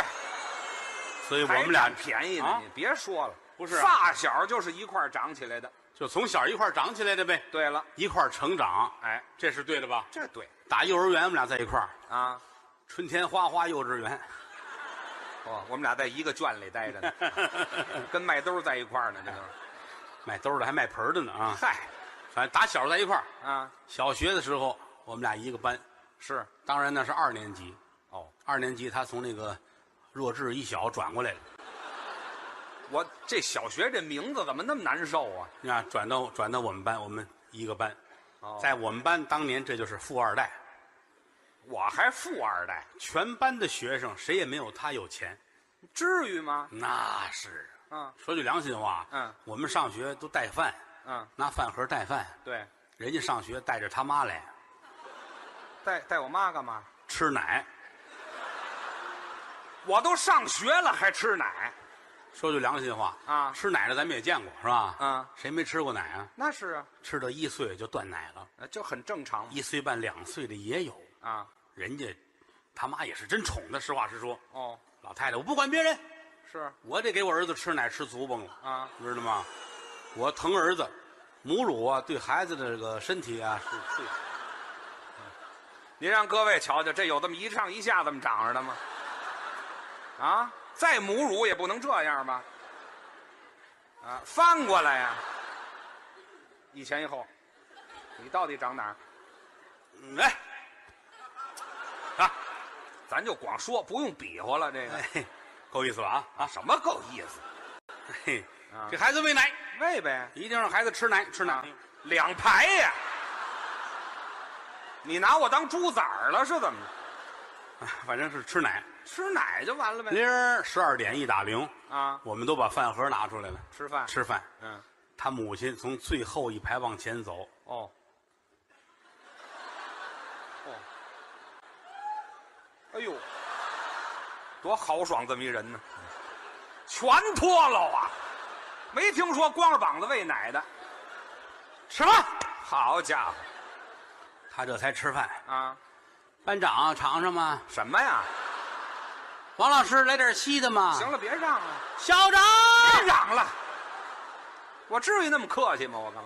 S1: 所以我
S2: 我
S1: 们俩
S2: 便宜呢
S1: 啊，
S2: 你别说了，
S1: 不是啊
S2: 发小就是一块儿长起来的。
S1: 就从小一块儿长起来的呗，
S2: 对了，
S1: 一块儿成长，
S2: 哎，
S1: 这是对的吧？
S2: 这对
S1: 打幼儿园我们俩在一块儿，
S2: 啊，
S1: 春天花花幼稚园，
S2: 哦，我们俩在一个圈里待着呢，跟麦兜在一块儿呢，这都是。
S1: 卖兜儿的还卖盆儿的呢啊！
S2: 嗨，
S1: 反正打小在一块儿，
S2: 啊，
S1: 小学的时候我们俩一个班，
S2: 是，
S1: 当然那是二年级，
S2: 哦，
S1: 二年级他从那个弱智一小转过来了，
S2: 我这小学这名字怎么那么难受啊？
S1: 你看转到转到我们班，我们一个班，
S2: 哦
S1: 在我们班当年这就是富二代，
S2: 我还富二代，
S1: 全班的学生谁也没有他有钱，
S2: 至于吗？
S1: 那是。
S2: 嗯
S1: 说句良心话，
S2: 嗯，
S1: 我们上学都带饭，
S2: 嗯，
S1: 拿饭盒带饭，
S2: 对，
S1: 人家上学带着他妈来
S2: 带带我妈干嘛？
S1: 吃奶。
S2: 我都上学了还吃奶，
S1: 说句良心话
S2: 啊
S1: 吃奶的咱们也见过是吧？
S2: 嗯
S1: 谁没吃过奶啊？
S2: 那是啊，
S1: 吃到一岁就断奶了，
S2: 呃就很正常嘛
S1: 一岁半、两岁的也有。
S2: 啊。
S1: 人家他妈也是真宠的，实话实说。
S2: 哦，
S1: 老太太，我不管别人，
S2: 是
S1: 我得给我儿子吃奶吃足崩了，
S2: 啊，
S1: 知道吗？我疼儿子，母乳啊对孩子的这个身体啊是最
S2: 您让各位瞧瞧，这有这么一上一下这么长着的吗？啊，再母乳也不能这样吧？啊，翻过来呀、一前一后，你到底长哪儿？
S1: 嗯哎
S2: 咱就光说，不用比划了。这个、
S1: 哎，够意思吧啊
S2: 啊，什么够意思？
S1: 啊！嘿
S2: 啊，
S1: 给孩子喂奶，
S2: 喂呗，
S1: 一定让孩子吃奶吃
S2: 啊
S1: 奶。
S2: 两排呀、你拿我当猪崽儿了是怎么着？
S1: 反正是吃奶。
S2: 吃奶就完了呗。
S1: 铃儿十二点一打铃，
S2: 啊，
S1: 我们都把饭盒拿出来了，
S2: 吃饭，
S1: 吃饭。
S2: 嗯，
S1: 他母亲从最后一排往前走，
S2: 哦，哦，哎呦，多豪爽这么一人呢，全脱了啊！没听说光着膀子喂奶的，
S1: 吃饭，
S2: 好家伙
S1: 他这才吃饭。
S2: 啊！
S1: 班长尝尝吗？
S2: 什么呀？
S1: 王老师来点稀的吗？
S2: 行，了，别让了。
S1: 校长。
S2: 别嚷了，我至于那么客气吗？我刚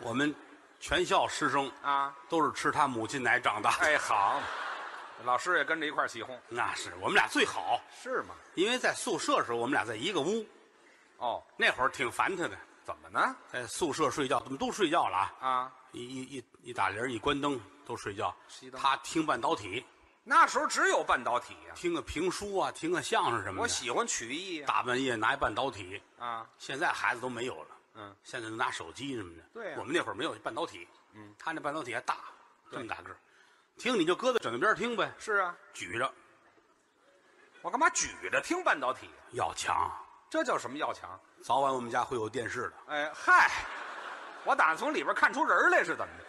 S1: 我们全校师生
S2: 啊，
S1: 都是吃他母亲奶长大的，
S2: 哎好，老师也跟着一块儿起哄，
S1: 那是我们俩最好，
S2: 是吗？
S1: 因为在宿舍的时候我们俩在一个屋，
S2: 哦，
S1: 那会儿挺烦他的，
S2: 怎么呢？
S1: 在宿舍睡觉，怎么都睡觉了啊？
S2: 啊，
S1: 一一一一打铃儿一关灯都睡觉
S2: 熄，灯
S1: 他听半导体，
S2: 那时候只有半导体呀、
S1: 听个评书啊，听个相声什么
S2: 我
S1: 的。
S2: 喜欢曲艺呀、
S1: 大半夜拿一半导体，
S2: 啊，
S1: 现在孩子都没有了，
S2: 嗯，
S1: 现在都拿手机什么的。
S2: 对呀
S1: 我们那会儿没有半导体，嗯，他那半导体还大，这么大个儿，听你就搁在枕头边儿听呗，
S2: 是啊，
S1: 举着
S2: 我干嘛举着听半导体呀、
S1: 要强，
S2: 这叫什么要强？
S1: 早晚我们家会有电视的，
S2: 哎嗨，我打算从里边看出人儿来是怎么的？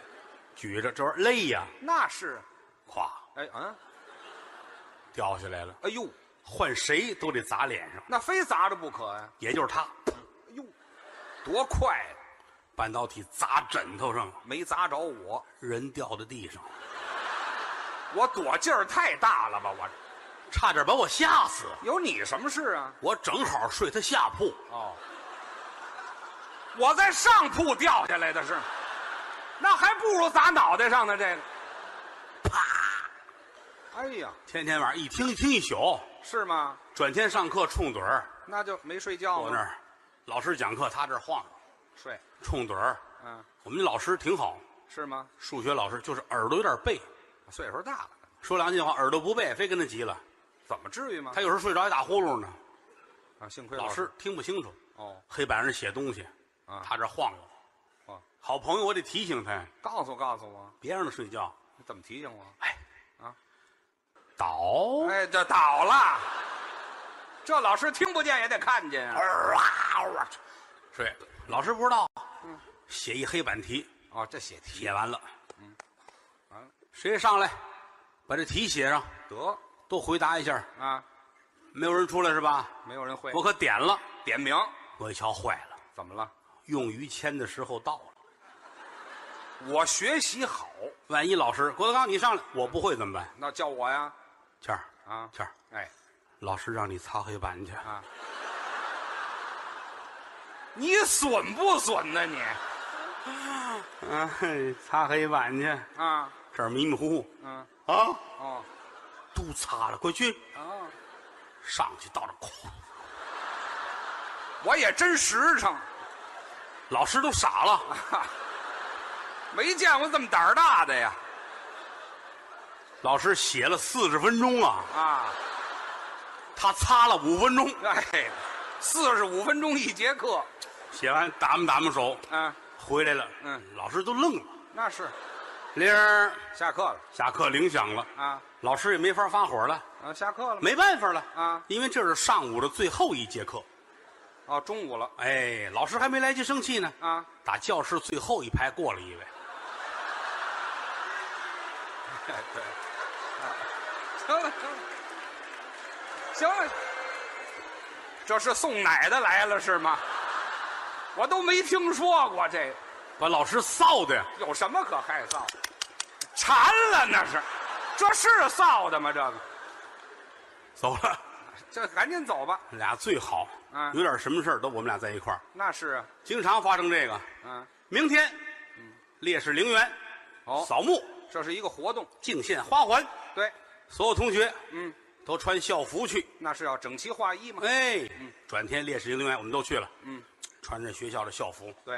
S1: 举着这玩意儿累呀，
S2: 那是，
S1: 咵
S2: 哎嗯，
S1: 掉下来了，
S2: 哎呦，
S1: 换谁都得砸脸上，
S2: 那非砸着不可呀、
S1: 也就是他，
S2: 哎呦，多快呀、
S1: 半导体砸枕头上，
S2: 没砸着我。
S1: 人掉在地上，
S2: 我躲劲儿太大了吧？我
S1: 差点把我吓死。
S2: 有你什么事啊？
S1: 我正好睡他下铺，
S2: 哦，我在上铺掉下来的是，那还不如砸脑袋上呢。这个哎呀，
S1: 天天晚上一听一听一宿，
S2: 是吗？
S1: 转天上课冲盹儿，
S2: 那就没睡觉
S1: 我那
S2: 吗？
S1: 儿老师讲课，他这儿晃悠
S2: 睡，
S1: 冲盹儿。
S2: 嗯，
S1: 我们老师挺好，
S2: 是吗？
S1: 数学老师就是耳朵有点背，
S2: 岁数大了，
S1: 说良心话，耳朵不背，非跟他急了。
S2: 怎么至于吗
S1: 他？有时候睡着还打呼噜呢，
S2: 啊，幸亏
S1: 老师听不清楚，
S2: 哦，
S1: 黑板上写东西，
S2: 啊
S1: 他这晃悠
S2: 啊。
S1: 好朋友，我得提醒他，
S2: 告诉告诉我，
S1: 别让他睡觉。
S2: 你怎么提醒我？
S1: 哎，
S2: 啊，
S1: 倒，
S2: 哎，这倒了，这老师听不见也得看见啊。
S1: 嗷啊嗷啊睡。老师不知道，
S2: 嗯
S1: 写一黑板题，
S2: 哦，这写题
S1: 写完了，
S2: 嗯完了
S1: 谁上来把这题写上，
S2: 得
S1: 都回答一下。
S2: 啊，
S1: 没有人出来是吧？
S2: 没有人会
S1: 我可点了，
S2: 点名，
S1: 我一瞧坏了，
S2: 怎么了？
S1: 用于谦的时候到了。
S2: 我学习好，
S1: 万一老师郭德纲你上来，我不会怎么办？
S2: 那叫我呀
S1: 谦儿，
S2: 啊，
S1: 谦儿，
S2: 哎
S1: 老师让你擦黑板 去。
S2: 啊，你损不损呢、你
S1: 啊，嘿擦黑板去，
S2: 啊？
S1: 这儿迷迷糊糊
S2: 嗯，
S1: 啊，
S2: 哦
S1: 都擦了，快去
S2: 哦，
S1: 上去到这儿，哐，
S2: 我也真实诚，
S1: 老师都傻了。
S2: 没见过这么胆儿大的呀
S1: 老师写了四十分钟啊，
S2: 啊！
S1: 他擦了五分钟，
S2: 哎，四十五分钟一节课，
S1: 写完打磨打磨手，
S2: 啊，
S1: 回来了。
S2: 嗯，
S1: 老师都愣了。
S2: 那是
S1: 铃儿，
S2: 下课了
S1: 下课铃响了，
S2: 啊
S1: 老师也没法发火了，
S2: 啊，下课了吗？
S1: 没办法了
S2: 啊
S1: 因为这是上午的最后一节课。
S2: 哦，中午了
S1: 哎，老师还没来及生气呢，
S2: 啊，
S1: 打教室最后一排过了一位，
S2: 哎啊行了行了行了，这是送奶的来了是吗？我都没听说过这个。
S1: 把老师臊的呀。
S2: 有什么可害臊的？馋了那是，这是臊的吗？这个，
S1: 走了，
S2: 这赶紧走吧。
S1: 俩最好，
S2: 嗯
S1: 有点什么事儿都我们俩在一块儿，
S2: 那是啊，
S1: 经常发生这个。
S2: 嗯，
S1: 明天，烈士陵园
S2: 哦，
S1: 扫墓，
S2: 这是一个活动，
S1: 敬献花环，
S2: 对，
S1: 所有同学
S2: 嗯，
S1: 都穿校服去。
S2: 那是要整齐划一嘛，
S1: 哎，转天烈士陵园我们都去了，
S2: 嗯，
S1: 穿着学校的校服，
S2: 对，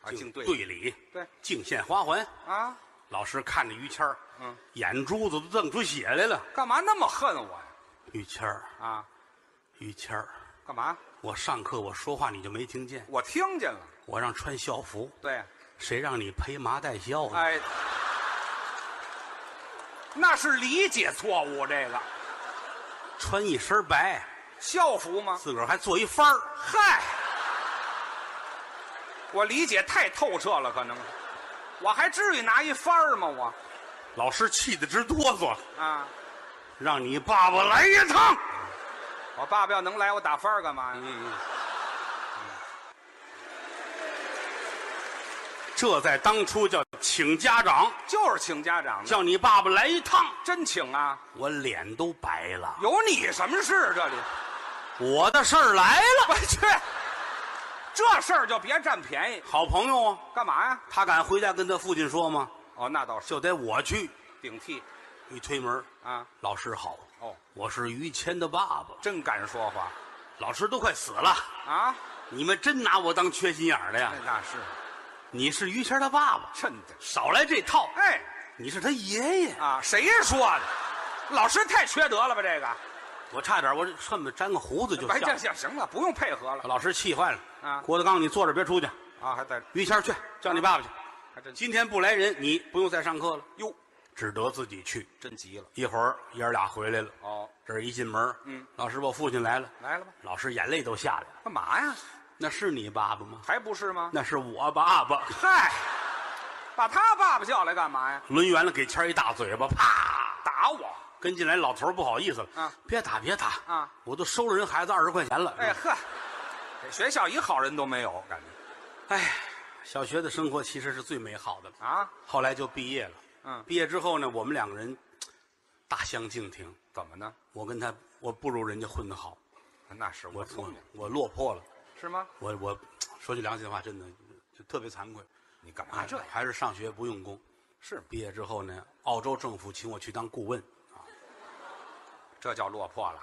S2: 啊，敬队，
S1: 队礼，
S2: 对
S1: 敬献花环。
S2: 啊，
S1: 老师看着于谦儿，
S2: 嗯，
S1: 眼珠子都瞪出血来了。
S2: 干嘛那么恨我呀？
S1: 于谦儿，
S2: 啊，
S1: 于谦儿，
S2: 干嘛？
S1: 我上课我说话你就没听见，
S2: 我听见了，
S1: 我让穿校服，
S2: 对，
S1: 谁让你披麻戴孝呢？
S2: 哎，那是理解错误，这个
S1: 穿一身白，
S2: 校服吗？
S1: 自个儿还做一幡儿，
S2: 嗨，我理解太透彻了，可能是，我还至于拿一番儿吗？我
S1: 老师气得直哆嗦，
S2: 啊，
S1: 让你爸爸来一趟。
S2: 我爸爸要能来，我打番儿干嘛呀？嗯
S1: 这在当初叫请家长，
S2: 就是请家长的，
S1: 叫你爸爸来一趟，
S2: 真请啊！
S1: 我脸都白了。
S2: 有你什么事？这里，
S1: 我的事儿来
S2: 我
S1: 了，
S2: 去，这事儿就别占便宜，
S1: 好朋友啊，
S2: 干嘛呀？
S1: 他敢回家跟他父亲说吗？
S2: 哦，那倒是
S1: 就得我去。
S2: 顶替
S1: 一推门，
S2: 啊！
S1: 老师好，
S2: 哦，
S1: 我是于谦的爸爸。
S2: 真敢说话
S1: 老师都快死了，
S2: 啊！
S1: 你们真拿我当缺心眼儿的呀
S2: 那？那是
S1: 你是于谦他爸爸，
S2: 真的，
S1: 少来这套。
S2: 哎
S1: 你是他爷爷，
S2: 啊，谁说的？老师太缺德了吧？这个。
S1: 我差点我恨不得粘个胡子就
S2: 哎，
S1: 笑
S2: 这。行行了，不用配合了
S1: 老师气坏了，
S2: 啊
S1: 郭德纲，你坐着别出去，
S2: 啊！还在
S1: 于谦去叫你爸
S2: 啊
S1: 爸去。
S2: 还真
S1: 今天不来人，你不用再上课了，
S2: 哟，
S1: 只得自己去。
S2: 真急了
S1: 一会儿爷儿俩回来了，
S2: 哦，
S1: 这儿一进门，
S2: 嗯，
S1: 老师，我父亲来了，
S2: 来了吧？
S1: 老师眼泪都下来了。
S2: 干嘛呀？
S1: 那是你爸爸吗？
S2: 还不是吗？
S1: 那是我爸爸。
S2: 嗨，把他爸爸叫来干嘛呀？
S1: 抡圆了给谦儿一大嘴巴，啪！
S2: 打我！
S1: 跟进来老头儿不好意思了，
S2: 啊，
S1: 别打别打
S2: 啊！
S1: 我都收了人孩子二十块钱了。
S2: 哎呵，这学校一好人都没有，感觉
S1: 哎，小学的生活其实是最美好的了。
S2: 啊？
S1: 后来就毕业了，
S2: 嗯，
S1: 毕业之后呢，我们两个人大相径庭。
S2: 怎么呢？
S1: 我跟他，我不如人家混得好，
S2: 那是
S1: 我
S2: 我聪
S1: 我
S2: 明，
S1: 我落魄了，
S2: 是吗？
S1: 我我说句良心话，真的就特别惭愧。哎
S2: 你干啊嘛这样？
S1: 还是上学不用功，
S2: 是吗？
S1: 毕业之后呢，澳洲政府请我去当顾问啊，
S2: 这叫落魄了。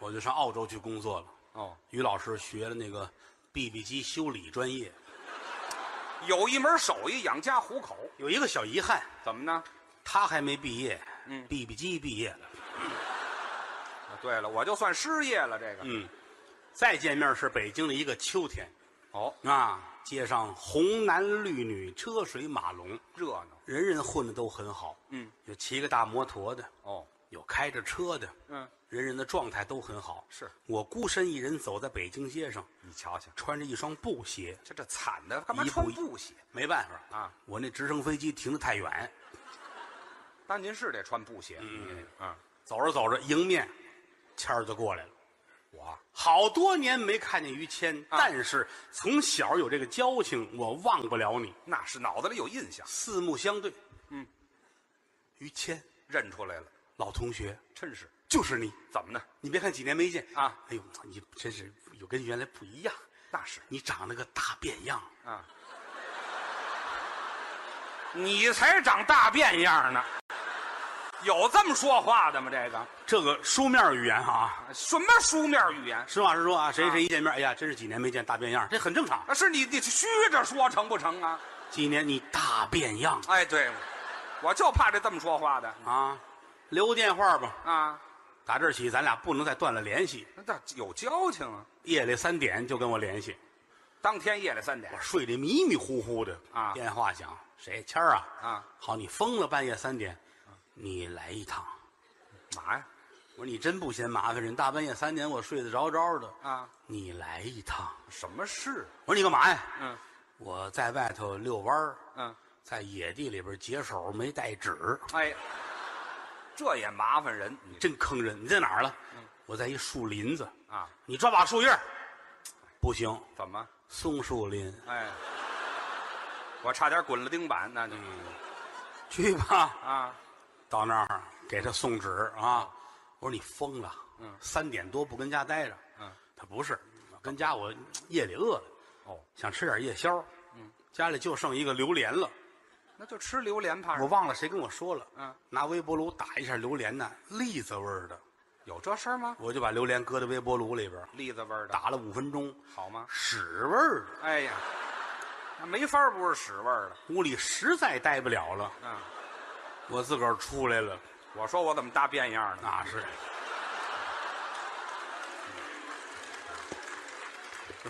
S1: 我就上澳洲去工作了。
S2: 哦，
S1: 于老师学了那个 BB 机修理专业，
S2: 有一门手艺养家糊口，
S1: 有一个小遗憾，
S2: 怎么呢？
S1: 他还没毕业，
S2: 嗯
S1: ，BB 机毕业了，
S2: 啊对了，我就算失业了，这个、
S1: 嗯。再见面是北京的一个秋天
S2: 哦，
S1: 啊，街上红男绿女，车水马龙，
S2: 热闹
S1: 人人混的都很好。
S2: 嗯，
S1: 有骑个大摩托的，
S2: 哦，
S1: 有开着车的，
S2: 嗯，
S1: 人人的状态都很好。
S2: 是
S1: 我孤身一人走在北京街上，
S2: 你瞧瞧，
S1: 穿着一双布鞋，
S2: 这这惨的，干嘛
S1: 一
S2: 穿
S1: 步一
S2: 布鞋？
S1: 没办法
S2: 啊，
S1: 我那直升飞机停得太远，
S2: 那您是得穿布鞋，嗯啊，
S1: 走着走着，迎面谦儿就过来了。
S2: 我
S1: 好多年没看见于谦，
S2: 啊
S1: 但是从小有这个交情，我忘不了你。
S2: 那是脑子里有印象，
S1: 四目相对，
S2: 嗯，
S1: 于谦
S2: 认出来了，
S1: 老同学
S2: 真是
S1: 就是你。
S2: 怎么呢？
S1: 你别看几年没见
S2: 啊，
S1: 哎呦，你真是有跟原来不一样，
S2: 那是
S1: 你长了个大变样。
S2: 啊，你才长大变样呢，有这么说话的吗？这个
S1: 这个书面语言啊，
S2: 什么书面语言？
S1: 实话实说啊，谁
S2: 啊
S1: 谁一见面，哎呀，真是几年没见大变样，这很正常。
S2: 啊，是你你虚着说成不成啊？
S1: 几年你大变样
S2: 哎，对，我就怕这这么说话的
S1: 啊，留个电话吧。
S2: 啊，
S1: 打这儿起，咱俩不能再断了联系。
S2: 那倒有交情啊。
S1: 夜里三点就跟我联系，
S2: 当天夜里三点
S1: 我睡得迷迷糊糊的
S2: 啊
S1: 电话响，谁？谦儿啊？
S2: 啊，
S1: 好，你疯了，半夜三点，你来一趟。
S2: 嘛呀？
S1: 我说你真不嫌麻烦人，大半夜三点我睡得着着的
S2: 啊，
S1: 你来一趟。
S2: 什么事？
S1: 我说你干嘛呀？
S2: 嗯
S1: 我在外头遛弯儿，
S2: 嗯，
S1: 在野地里边解手没带纸，
S2: 哎，这也麻烦人。你
S1: 真坑人。你在哪儿了？我在一树林子。
S2: 啊，
S1: 你抓把树叶儿，不行，
S2: 怎么？
S1: 松树林
S2: 哎，我差点滚了钉板，那就
S1: 去吧。
S2: 啊，
S1: 到那儿给他送纸啊！我说你疯了，嗯，三点多不跟家待着，
S2: 嗯，
S1: 他不是，跟家我夜里饿了，
S2: 哦，
S1: 想吃点夜宵，嗯，家里就剩一个榴莲了，
S2: 那就吃榴莲怕什
S1: 我
S2: 么？
S1: 忘了谁跟我说了，
S2: 嗯，
S1: 拿微波炉打一下榴莲呢，栗子味儿的，
S2: 有这事儿吗？
S1: 我就把榴莲搁在微波炉里边
S2: 栗子味儿的
S1: 打了五分钟，
S2: 好吗？
S1: 屎味儿的，
S2: 哎呀，那没法儿不是屎味儿的。
S1: 屋里实在待不了了，
S2: 嗯，
S1: 我自个儿出来了，
S2: 我说我怎么大变样呢？
S1: 那啊是。嗯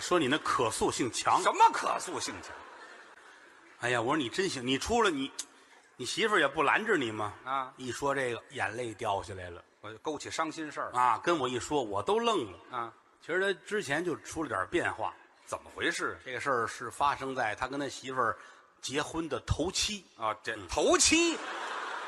S1: 说你那可塑性强，
S2: 什么可塑性强
S1: 哎呀，我说你真行，你出了你，你媳妇儿也不拦着你吗？
S2: 啊
S1: 一说这个，眼泪掉下来了
S2: 我就勾起伤心事儿了
S1: 啊！跟我一说，我都愣了。
S2: 啊，
S1: 其实他之前就出了点变化，
S2: 怎么回事
S1: 这个事儿是发生在他跟他媳妇儿结婚的头七。
S2: 啊？这头七，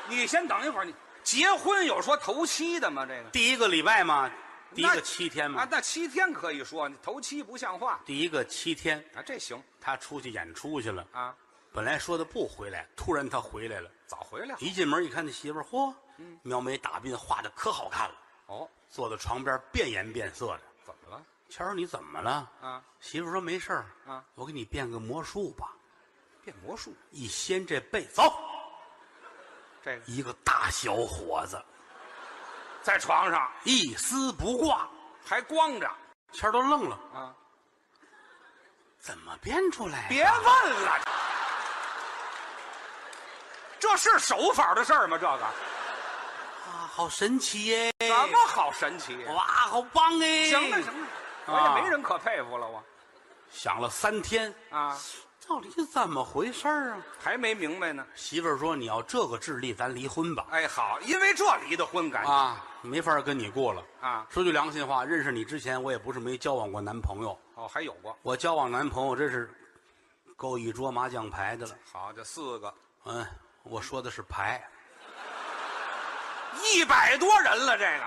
S2: 你先等一会儿，你结婚有说头七的吗？这个
S1: 第一个礼拜嘛，第一
S2: 那
S1: 个七天
S2: 啊
S1: 嘛，，
S2: 那七天可以说，你头七不像话
S1: 第一个七天
S2: 啊，这行
S1: 他出去演出去了，
S2: 啊，
S1: 本来说的不回来，突然他回来了，
S2: 早回来了
S1: 一进门一看他媳妇儿，嚯，
S2: 嗯
S1: 描眉打鬓画的可好看了，
S2: 哦，
S1: 坐在床边变颜变色的。
S2: 怎么了？
S1: 谦儿，你怎么了？
S2: 啊，
S1: 媳妇说没事儿
S2: 啊，
S1: 我给你变个魔术吧。
S2: 变魔术
S1: 一掀这被，走，
S2: 这个
S1: 一个大小伙子，
S2: 在床上
S1: 一丝不挂。
S2: 还光着
S1: 谦儿都愣了，
S2: 啊，
S1: 怎么变出来、
S2: 别问了，这是手法的事儿吗？这个
S1: 啊，好神奇耶！
S2: 怎么好神奇？
S1: 哇，好棒哎！
S2: 行了行了，我
S1: 啊
S2: 也没人可佩服了，我
S1: 想了三天，
S2: 啊
S1: 到底是怎么回事儿啊？
S2: 还没明白呢。
S1: 媳妇儿说：“你要这个智力，咱离婚吧。
S2: 哎，好，因为这离的婚，”感觉
S1: 啊，没法跟你过了。
S2: 啊，
S1: 说句良心话，认识你之前，我也不是没交往过男朋友。
S2: 哦，还有过，
S1: 我交往男朋友真是够一桌麻将牌的了。
S2: 好，这四个
S1: 嗯，我说的是牌，
S2: 一百多人了，这个。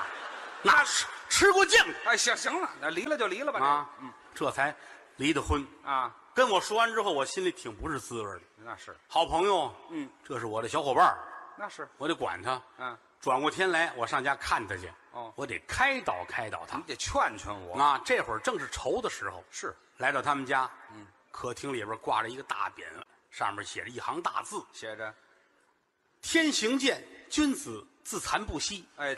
S1: 那是吃过酱
S2: 哎，行行了，那离了就离了吧。
S1: 啊
S2: 这个嗯，
S1: 这才离的婚。
S2: 啊，
S1: 跟我说完之后，我心里挺不是滋味的。
S2: 那是
S1: 好朋友，
S2: 嗯，
S1: 这是我的小伙伴儿，
S2: 那是，
S1: 我得管他。
S2: 嗯，
S1: 转过天来，我上家看他去。
S2: 哦
S1: 我得开导开导他
S2: 你。得劝劝我。
S1: 啊，这会儿正是愁的时候。
S2: 是
S1: 来到他们家，嗯，客厅里边挂着一个大匾，上面写着一行大字
S2: 写着，：“
S1: 天行健，君子自残不息。”
S2: 哎，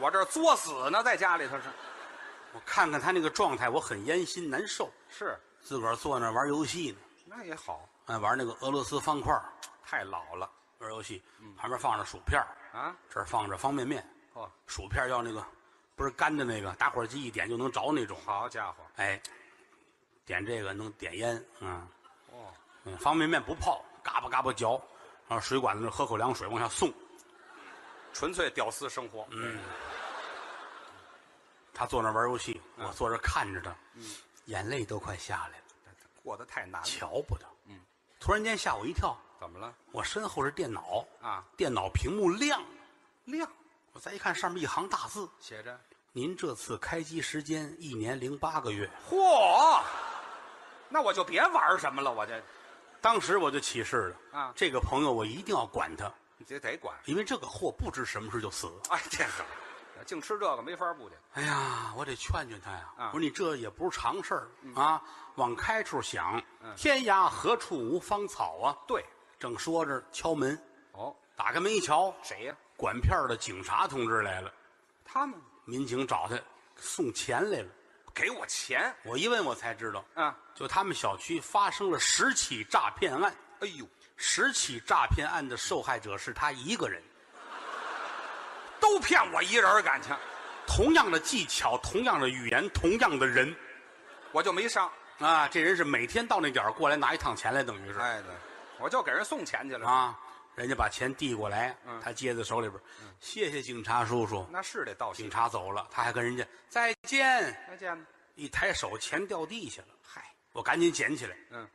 S2: 我这儿作死呢，在家里头是哦
S1: 我看看他那个状态，我很烟心难受。
S2: 是，
S1: 自个儿坐那儿玩游戏呢，
S2: 那也好，
S1: 啊，玩那个俄罗斯方块儿
S2: 太老了
S1: 玩游戏，
S2: 嗯
S1: 旁边放着薯片儿
S2: 啊！
S1: 这儿放着方便面，
S2: 哦，
S1: 薯片儿要那个不是干的那个，打火机一点就能着那种。
S2: 好家伙，
S1: 哎，点这个能点烟，嗯
S2: 哦，
S1: 嗯，方便面不泡，嘎巴嘎巴嚼，然后水管子那儿喝口凉水往下送。
S2: 纯粹屌丝生活。嗯
S1: 他坐那儿玩游戏，
S2: 嗯
S1: 我坐这儿看着他，眼泪都快下来了，
S2: 过得太难了。
S1: 瞧不得。嗯，突然间吓我一跳，
S2: 怎么了？
S1: 我身后是电脑
S2: 啊，
S1: 电脑屏幕亮，
S2: 亮
S1: 我再一看上面一行大字：
S2: 写着，
S1: 您这次开机时间一年零八个月。
S2: 嚯，那我就别玩什么了，我这
S1: 当时我就起誓了
S2: 啊
S1: 这个朋友我一定要管他，
S2: 你这得管。
S1: 因为这个货不知什么时候就死。
S2: 哎，这个净吃这个没法不去。
S1: 哎呀，我得劝劝他呀！
S2: 啊
S1: 我说你这也不是常事儿、啊，往开处想，天涯何处无芳草啊！
S2: 对，
S1: 正说着，敲门，
S2: 哦，
S1: 打开门一瞧，
S2: 谁呀、
S1: 管片儿的警察同志来了，
S2: 他们
S1: 民警找他送钱来了。
S2: 给我钱
S1: 我一问，我才知道，
S2: 啊！
S1: 就他们小区发生了十起诈骗案，
S2: 哎呦，
S1: 十起诈骗案的受害者是他一个人。
S2: 都骗我一人儿感情，
S1: 同样的技巧，同样的语言，同样的人
S2: 我就没上。
S1: 啊，这人是每天到那点儿过来拿一趟钱来，等于是。
S2: 哎，对，我就给人送钱去了。
S1: 啊，人家把钱递过来，
S2: 嗯
S1: 他接在手里边，谢谢警察叔叔。
S2: 那是得道谢
S1: 警。察走了，他还跟人家再见，
S2: 再见吧。
S1: 一抬手钱掉地下了，
S2: 嗨，
S1: 我赶紧捡起来，
S2: 嗯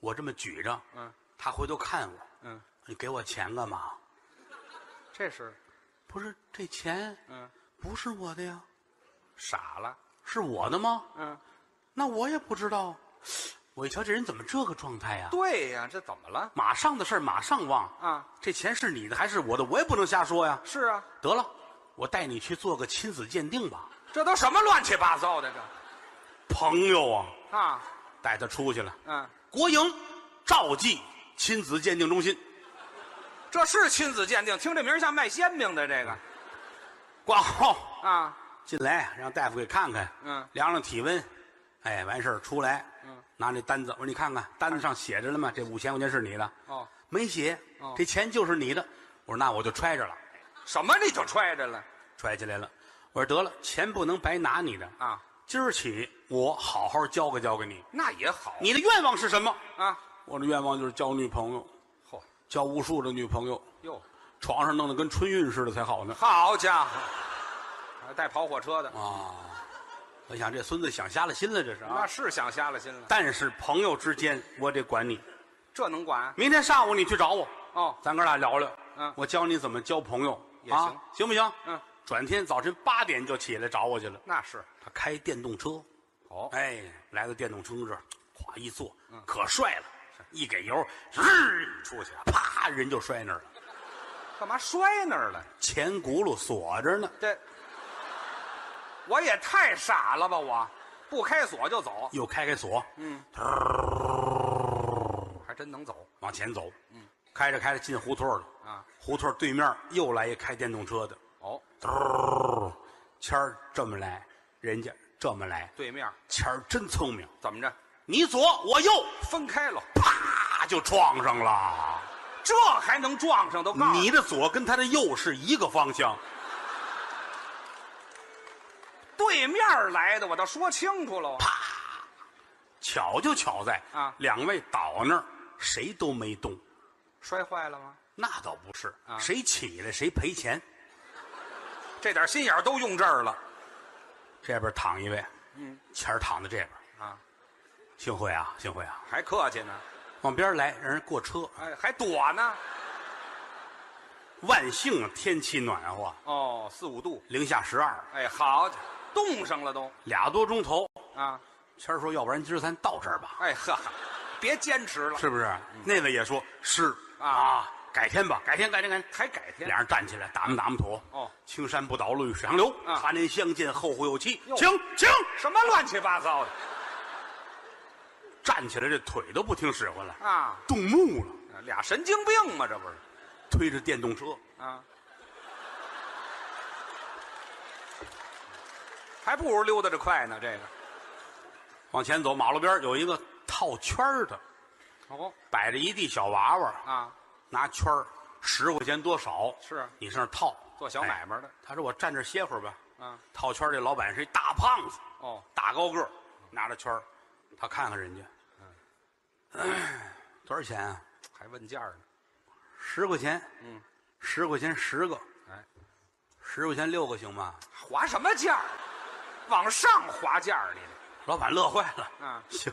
S1: 我这么举着，
S2: 嗯
S1: 他回头看我，
S2: 嗯，
S1: 你给我钱干嘛？
S2: 这是
S1: 不是这钱
S2: 嗯
S1: 不是我的呀，
S2: 傻了。
S1: 是我的吗？
S2: 嗯，
S1: 那我也不知道。我一瞧这人怎么这个状态呀、
S2: 对呀、这怎么了？
S1: 马上的事儿马上忘
S2: 啊！
S1: 这钱是你的还是我的？我也不能瞎说呀。
S2: 是啊，
S1: 得了，我带你去做个亲子鉴定吧。
S2: 这都什么乱七八糟的这
S1: 朋友啊，
S2: 啊？
S1: 带他出去了。
S2: 嗯，
S1: 国营赵记亲子鉴定中心
S2: 这是亲子鉴定，听这名儿像卖煎饼的这个
S1: 挂号
S2: 啊。
S1: 进来，让大夫给看看，
S2: 嗯
S1: 量量体温，哎，完事儿出来，
S2: 嗯，
S1: 拿那单子，我说你看看单子上写着了吗？这五千块钱是你的，
S2: 哦，
S1: 没写
S2: 哦，
S1: 这钱就是你的。我说那我就揣着了，
S2: 什么你就揣着了
S1: 揣起来了。我说得了，钱不能白拿你的，
S2: 啊？
S1: 今儿起我好好教给教给你。
S2: 那也好
S1: 你的愿望是什么？
S2: 啊。
S1: 我的愿望就是交女朋友，
S2: 嚯
S1: 交无数的女朋友，
S2: 哟，
S1: 床上弄得跟春运似的才好呢。
S2: 好家伙，还带跑火车的，
S1: 我想哎这孙子想瞎了心了，这是
S2: 那
S1: 啊。
S2: 是想瞎了心了。
S1: 但是朋友之间，我得管你。
S2: 这能管？
S1: 明天上午你去找我，
S2: 哦，
S1: 咱哥俩聊聊。
S2: 嗯
S1: 我教你怎么交朋友，
S2: 也
S1: 啊
S2: 行，
S1: 行不行？
S2: 嗯，
S1: 转天早晨八点就起来找我去了。
S2: 那是。
S1: 他开电动车，
S2: 哦，
S1: 哎，来到电动车这儿，咵一坐，
S2: 嗯
S1: 可帅了，一给油，日出去了，啊啪，人就摔那儿了，
S2: 干嘛摔那儿了？
S1: 前轱辘锁着呢。
S2: 这我也太傻了吧！我不开锁就走，
S1: 又开开锁，
S2: 嗯，还真能走
S1: 往前走，嗯，开着开着进胡同了，
S2: 啊！
S1: 胡同对面又来一开电动车的，
S2: 哦，
S1: 嘟，谦儿这么来，人家这么来，
S2: 对面
S1: 谦儿真聪明，
S2: 怎么着？
S1: 你左我右，
S2: 分开了，
S1: 啪就撞上了。
S2: 这还能撞上？都告诉
S1: 你的左跟他的右是一个方向，
S2: 对面来的，我倒说清楚了。
S1: 巧就巧在
S2: 啊
S1: 两位倒那儿，谁都没动。
S2: 摔坏了吗？
S1: 那倒不是，
S2: 啊
S1: 谁起来谁赔钱。
S2: 这点心眼儿都用这儿了
S1: 这边躺一位，嗯，谦儿躺在这边，
S2: 啊！
S1: 幸会啊，幸会啊，
S2: 还客气呢，
S1: 往边儿来，让人过车。
S2: 哎，还躲呢。
S1: 万幸啊天气暖和，
S2: 哦，四五度，
S1: 零下十二，
S2: 哎，好，冻上了都
S1: 俩多钟头。
S2: 啊！
S1: 谦儿说：“要不然今儿咱到这儿吧。”
S2: 哎呵，别坚持了，
S1: 是不是？那位也说是
S2: 啊
S1: 啊，改天吧，改天，改天，改天。
S2: 还改天
S1: 俩人站起来，打磨打磨土。
S2: 哦
S1: 青山不倒，绿水长流。
S2: 啊
S1: 他年相见，后会有期。
S2: 哟
S1: 请请，
S2: 什么乱七八糟的
S1: 站起来，这腿都不听使唤了，
S2: 啊！
S1: 动木了，
S2: 俩神经病嘛，这不是
S1: 推着电动车
S2: 啊？还不如溜达着快呢。这个
S1: 往前走，马路边儿有一个套圈儿的，
S2: 哦
S1: 摆着一地小娃娃，
S2: 啊，
S1: 拿圈儿，十块钱多少？
S2: 是
S1: 你上那儿套
S2: 做小买卖的
S1: 哎他说我站这儿歇会儿吧。
S2: 啊，
S1: 套圈儿这老板是一大胖子，
S2: 哦，
S1: 大高个儿，拿着圈儿，他看看人家，
S2: 嗯
S1: 多少钱啊？
S2: 还问价呢。
S1: 十块钱。
S2: 嗯，
S1: 十块钱十个，
S2: 哎，
S1: 十块钱六个行吗？
S2: 划什么价？往上划价儿你这
S1: 老板乐坏了。
S2: 啊，
S1: 行，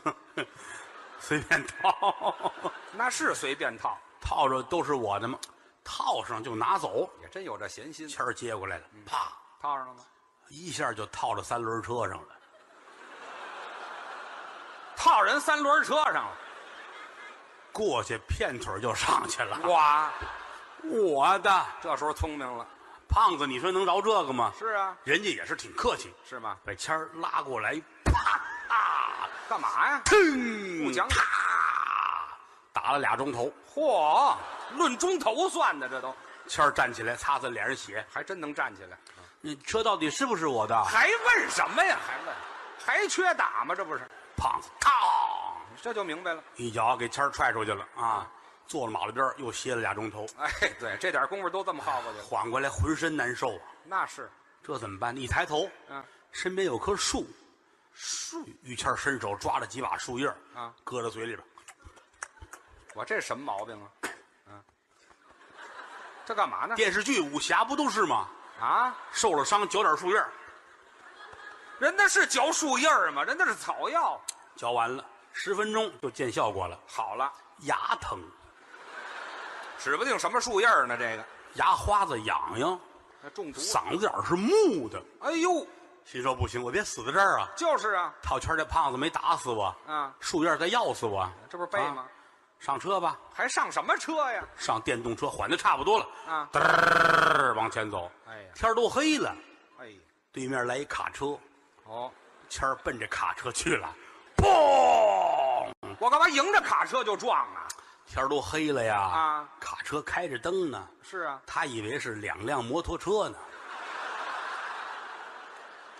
S1: 随便套，
S2: 那是随便套，
S1: 套着都是我的吗？套上就拿走。
S2: 也真有这闲心。
S1: 签儿接过来了，
S2: 嗯
S1: 啪，
S2: 套上了吗？
S1: 一下就套到三轮车上了。
S2: 套人三轮车上了。
S1: 过去片腿就上去了。
S2: 哇，
S1: 我的
S2: 这时候聪明了。
S1: 胖子，你说能饶这个吗？
S2: 是啊，
S1: 人家也是挺客气，
S2: 是吗？
S1: 把签儿拉过来，啪，啊
S2: 干嘛呀？
S1: 腾，
S2: 不讲理
S1: 啪，打了俩钟头。
S2: 嚯，论钟头算的，这都
S1: 谦儿站起来擦擦脸上血，
S2: 还真能站起来。
S1: 你车到底是不是我的？
S2: 还问什么呀？还问？还缺打吗？这不是？
S1: 胖子，嘡，
S2: 这就明白了。
S1: 一脚给谦儿踹出去了啊！坐了马路边儿又歇了俩钟头，
S2: 哎，对，这点功夫都这么耗过去了。
S1: 缓过来浑身难受啊！
S2: 那是，
S1: 这怎么办？一抬头，
S2: 嗯，
S1: 身边有棵树，树。于谦儿伸手抓着几把树叶儿
S2: 啊，
S1: 搁到嘴里边儿，
S2: 我这什么毛病 啊？嗯，这干嘛呢？
S1: 电视剧武侠不都是吗？
S2: 啊，
S1: 受了伤嚼点树叶儿，
S2: 人那是嚼树叶儿吗？人那是草药。
S1: 嚼完了十分钟就见效果了，
S2: 好了，
S1: 牙疼，
S2: 指不定什么树叶儿呢。这个
S1: 牙花子痒痒，
S2: 那中毒了。
S1: 嗓子眼儿是木的。
S2: 哎呦，
S1: 心说不行，我别死在这儿啊！
S2: 就是啊，
S1: 套圈儿这胖子没打死我，
S2: 啊，
S1: 树叶儿再要死我，
S2: 这不是背吗？
S1: 啊上车吧，
S2: 还上什么车呀？
S1: 上电动车，缓的差不多了，
S2: 啊，
S1: 嘚儿往前走。
S2: 哎呀，
S1: 天儿都黑了，
S2: 哎呀，
S1: 对面来一卡车，
S2: 哦，
S1: 谦儿奔着卡车去了，砰！
S2: 我干嘛迎着卡车就撞啊？
S1: 天儿都黑了呀，
S2: 啊
S1: 卡车开着灯呢，
S2: 是啊，
S1: 他以为是两辆摩托车呢，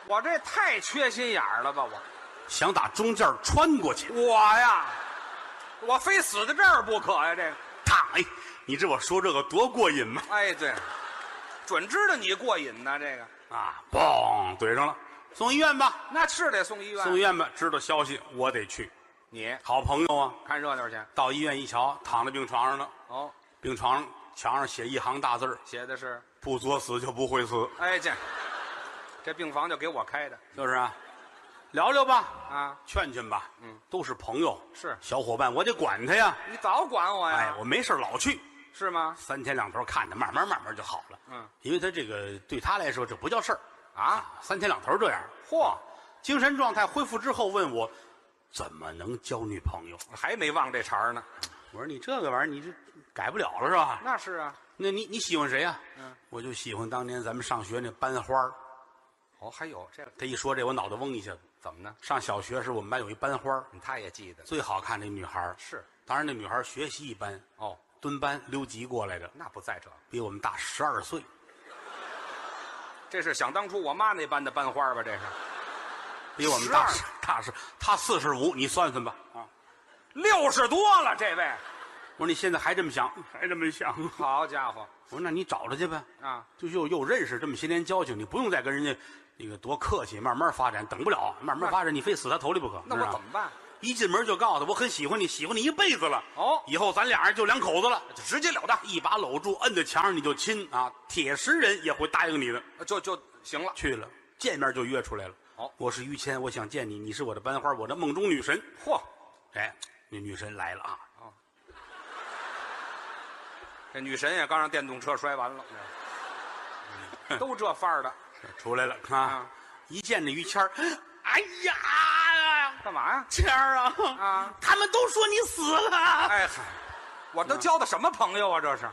S2: 我这太缺心眼儿了吧？我
S1: 想打中间穿过去。
S2: 我呀，我非死在这儿不可呀！这个，
S1: 烫！哎，你知我说这个多过瘾吗？
S2: 哎，对，准知道你过瘾呢。这个，
S1: 啊，砰，怼上了，送医院吧，
S2: 那是得送医院。
S1: 送医院吧。知道消息，我得去。
S2: 你
S1: 好朋友啊，
S2: 看热闹去。
S1: 到医院一瞧，躺在病床上呢，
S2: 哦，
S1: 病床上墙上写一行大字儿
S2: 写的是，
S1: 不作死就不会死，
S2: 哎，这这病房就给我开的
S1: 就是啊，聊聊吧，
S2: 啊！
S1: 劝劝吧，嗯，都是朋友，
S2: 是
S1: 小伙伴，我得管他呀。
S2: 你早管我呀，
S1: 哎，我没事儿老去，
S2: 是吗？
S1: 三天两头看他，慢慢慢慢就好了。
S2: 嗯，
S1: 因为他这个对他来说这不叫事儿，
S2: 啊，
S1: 三天两头这样。
S2: 嚯，
S1: 精神状态恢复之后问我，怎么能交女朋友？
S2: 还没忘这茬儿呢。
S1: 我说你这个玩意儿你这改不了了是吧？
S2: 那是啊，
S1: 那你你喜欢谁呀、
S2: 嗯，
S1: 我就喜欢当年咱们上学那班花儿
S2: 哦，还有这个
S1: 他一说这，我脑袋嗡一下子。
S2: 怎么呢？
S1: 上小学时，我们班有一班花儿
S2: 他也记得
S1: 最好看的女孩儿
S2: 是
S1: 当然那女孩儿学习一般，
S2: 哦，
S1: 蹲班留级过来的，
S2: 那不在这儿
S1: 比我们大十二岁。
S2: 这是想当初我妈那班的班花吧？这是
S1: 比我们大
S2: 12
S1: 大十，他四十五，你算算吧。啊，
S2: 六十多了，这位，
S1: 我说你现在还这么想，还这么想。我
S2: 好家伙
S1: 说那你找他去呗。
S2: 啊！
S1: 就又又认识这么些年交情，你不用再跟人家那个多客气，慢慢发展，等不了，慢慢发展，你非死他头里不可。
S2: 那
S1: 知道吗
S2: 我怎么办？
S1: 一进门就告诉他我很喜欢你，喜欢你一辈子了。
S2: 哦
S1: 以后咱俩人就两口子了。
S2: 直截了当，
S1: 一把搂住，摁在墙上你就亲啊，铁石人也会答应你的。
S2: 就就行了。
S1: 去了，见面就约出来了。
S2: 好
S1: 我是于谦，我想见你，你是我的班花，我的梦中女神。
S2: 嚯，
S1: 哎，那女神来了啊，
S2: 这女神也刚让电动车摔完了， 都这范儿的，
S1: 出来了啊，
S2: 啊
S1: 一见这于谦儿哎呀，
S2: 干嘛呀？
S1: 谦儿啊，
S2: 啊
S1: 他们都说你死了。
S2: 哎嗯嗨，我都交的什么朋友啊？这是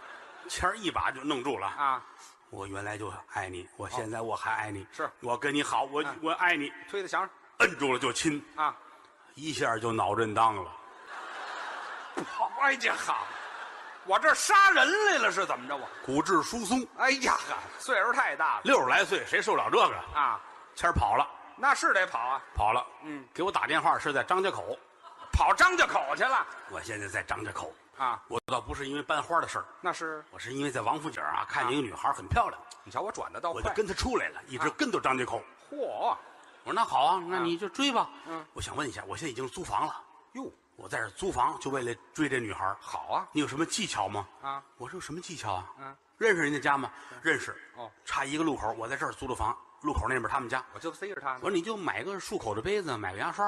S1: 谦儿一把就弄住了啊。
S2: 啊，
S1: 我原来就爱你，我现在我还爱你，
S2: 是
S1: 我跟你好，我、
S2: 嗯
S1: 我爱你，
S2: 推在墙上
S1: 摁住了就亲，
S2: 啊！
S1: 一下就脑震荡了。
S2: 哎呀好，我这杀人来了是怎么着？我
S1: 骨质疏松，
S2: 哎呀，岁数太大了
S1: 六十来岁谁受了这个？
S2: 啊！
S1: 谦儿跑了，
S2: 那是得跑啊，
S1: 跑了。
S2: 嗯，
S1: 给我打电话是在张家口，
S2: 跑张家口去了
S1: 我现在在张家口。
S2: 啊，
S1: 我倒不是因为班花的事儿，
S2: 那是
S1: 我是因为在王府井啊看见一个女孩很漂亮，
S2: 你瞧我转的倒
S1: 我
S2: 啊哦快，啊
S1: 就跟她出来了，一直跟到张家口。
S2: 嚯
S1: 我说那好啊，那你就追吧。
S2: 嗯，
S1: 我想问一下，我现在已经租房了，
S2: 哟，
S1: 我在这儿租房就为了追这女孩儿，
S2: 好啊
S1: 你有什么技巧吗？
S2: 啊，
S1: 我说有什么技巧啊？
S2: 嗯，
S1: 认识人家家吗？认识。
S2: 哦，
S1: 差一个路口，我在这儿租的房，路口那边他们家。
S2: 我就逮着他
S1: 我
S2: 呢
S1: 说你就买个漱口的杯子，买个牙刷，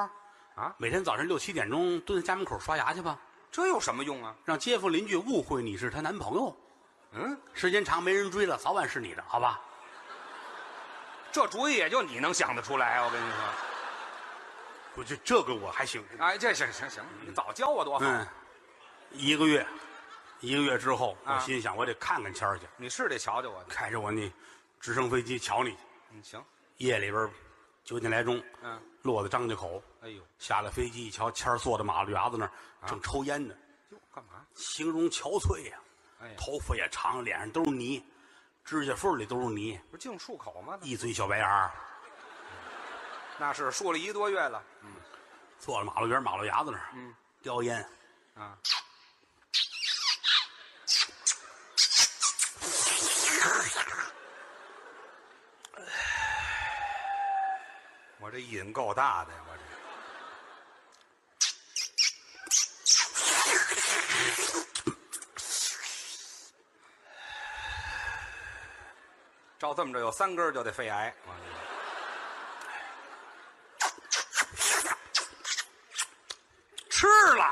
S2: 啊，
S1: 每天早晨六七点钟蹲在家门口刷牙去吧，
S2: 这有什么用啊？
S1: 让街坊邻居误会你是她男朋友。
S2: 嗯，
S1: 时间长没人追了，早晚是你的，好吧？
S2: 这主意也就你能想得出来，我跟你说，
S1: 我这这个我还行。
S2: 哎，这行行行，你早教我多好，
S1: 嗯，一个月，一个月之后，
S2: 啊
S1: 我心想我得看看谦儿去，
S2: 你是得瞧瞧我，
S1: 开着我那直升飞机瞧你去。
S2: 嗯，行，
S1: 夜里边九点来钟，
S2: 嗯，
S1: 落在张家口，
S2: 哎呦，
S1: 下了飞机一瞧，谦儿坐在马路牙子那儿
S2: 啊
S1: 正抽烟呢，
S2: 哟，干嘛？
S1: 形容憔悴呀、
S2: 哎呀，
S1: 头发也长，脸上都是泥，指甲缝里都是泥，
S2: 不是净漱口吗？
S1: 一嘴小白牙儿，
S2: 那是漱了一个多月了
S1: 坐在马路边马路牙子那儿，
S2: 嗯
S1: 叼烟，
S2: 啊，我这瘾够大的呀，我这。照这么着，有三根儿就得肺癌。我跟你说吃了，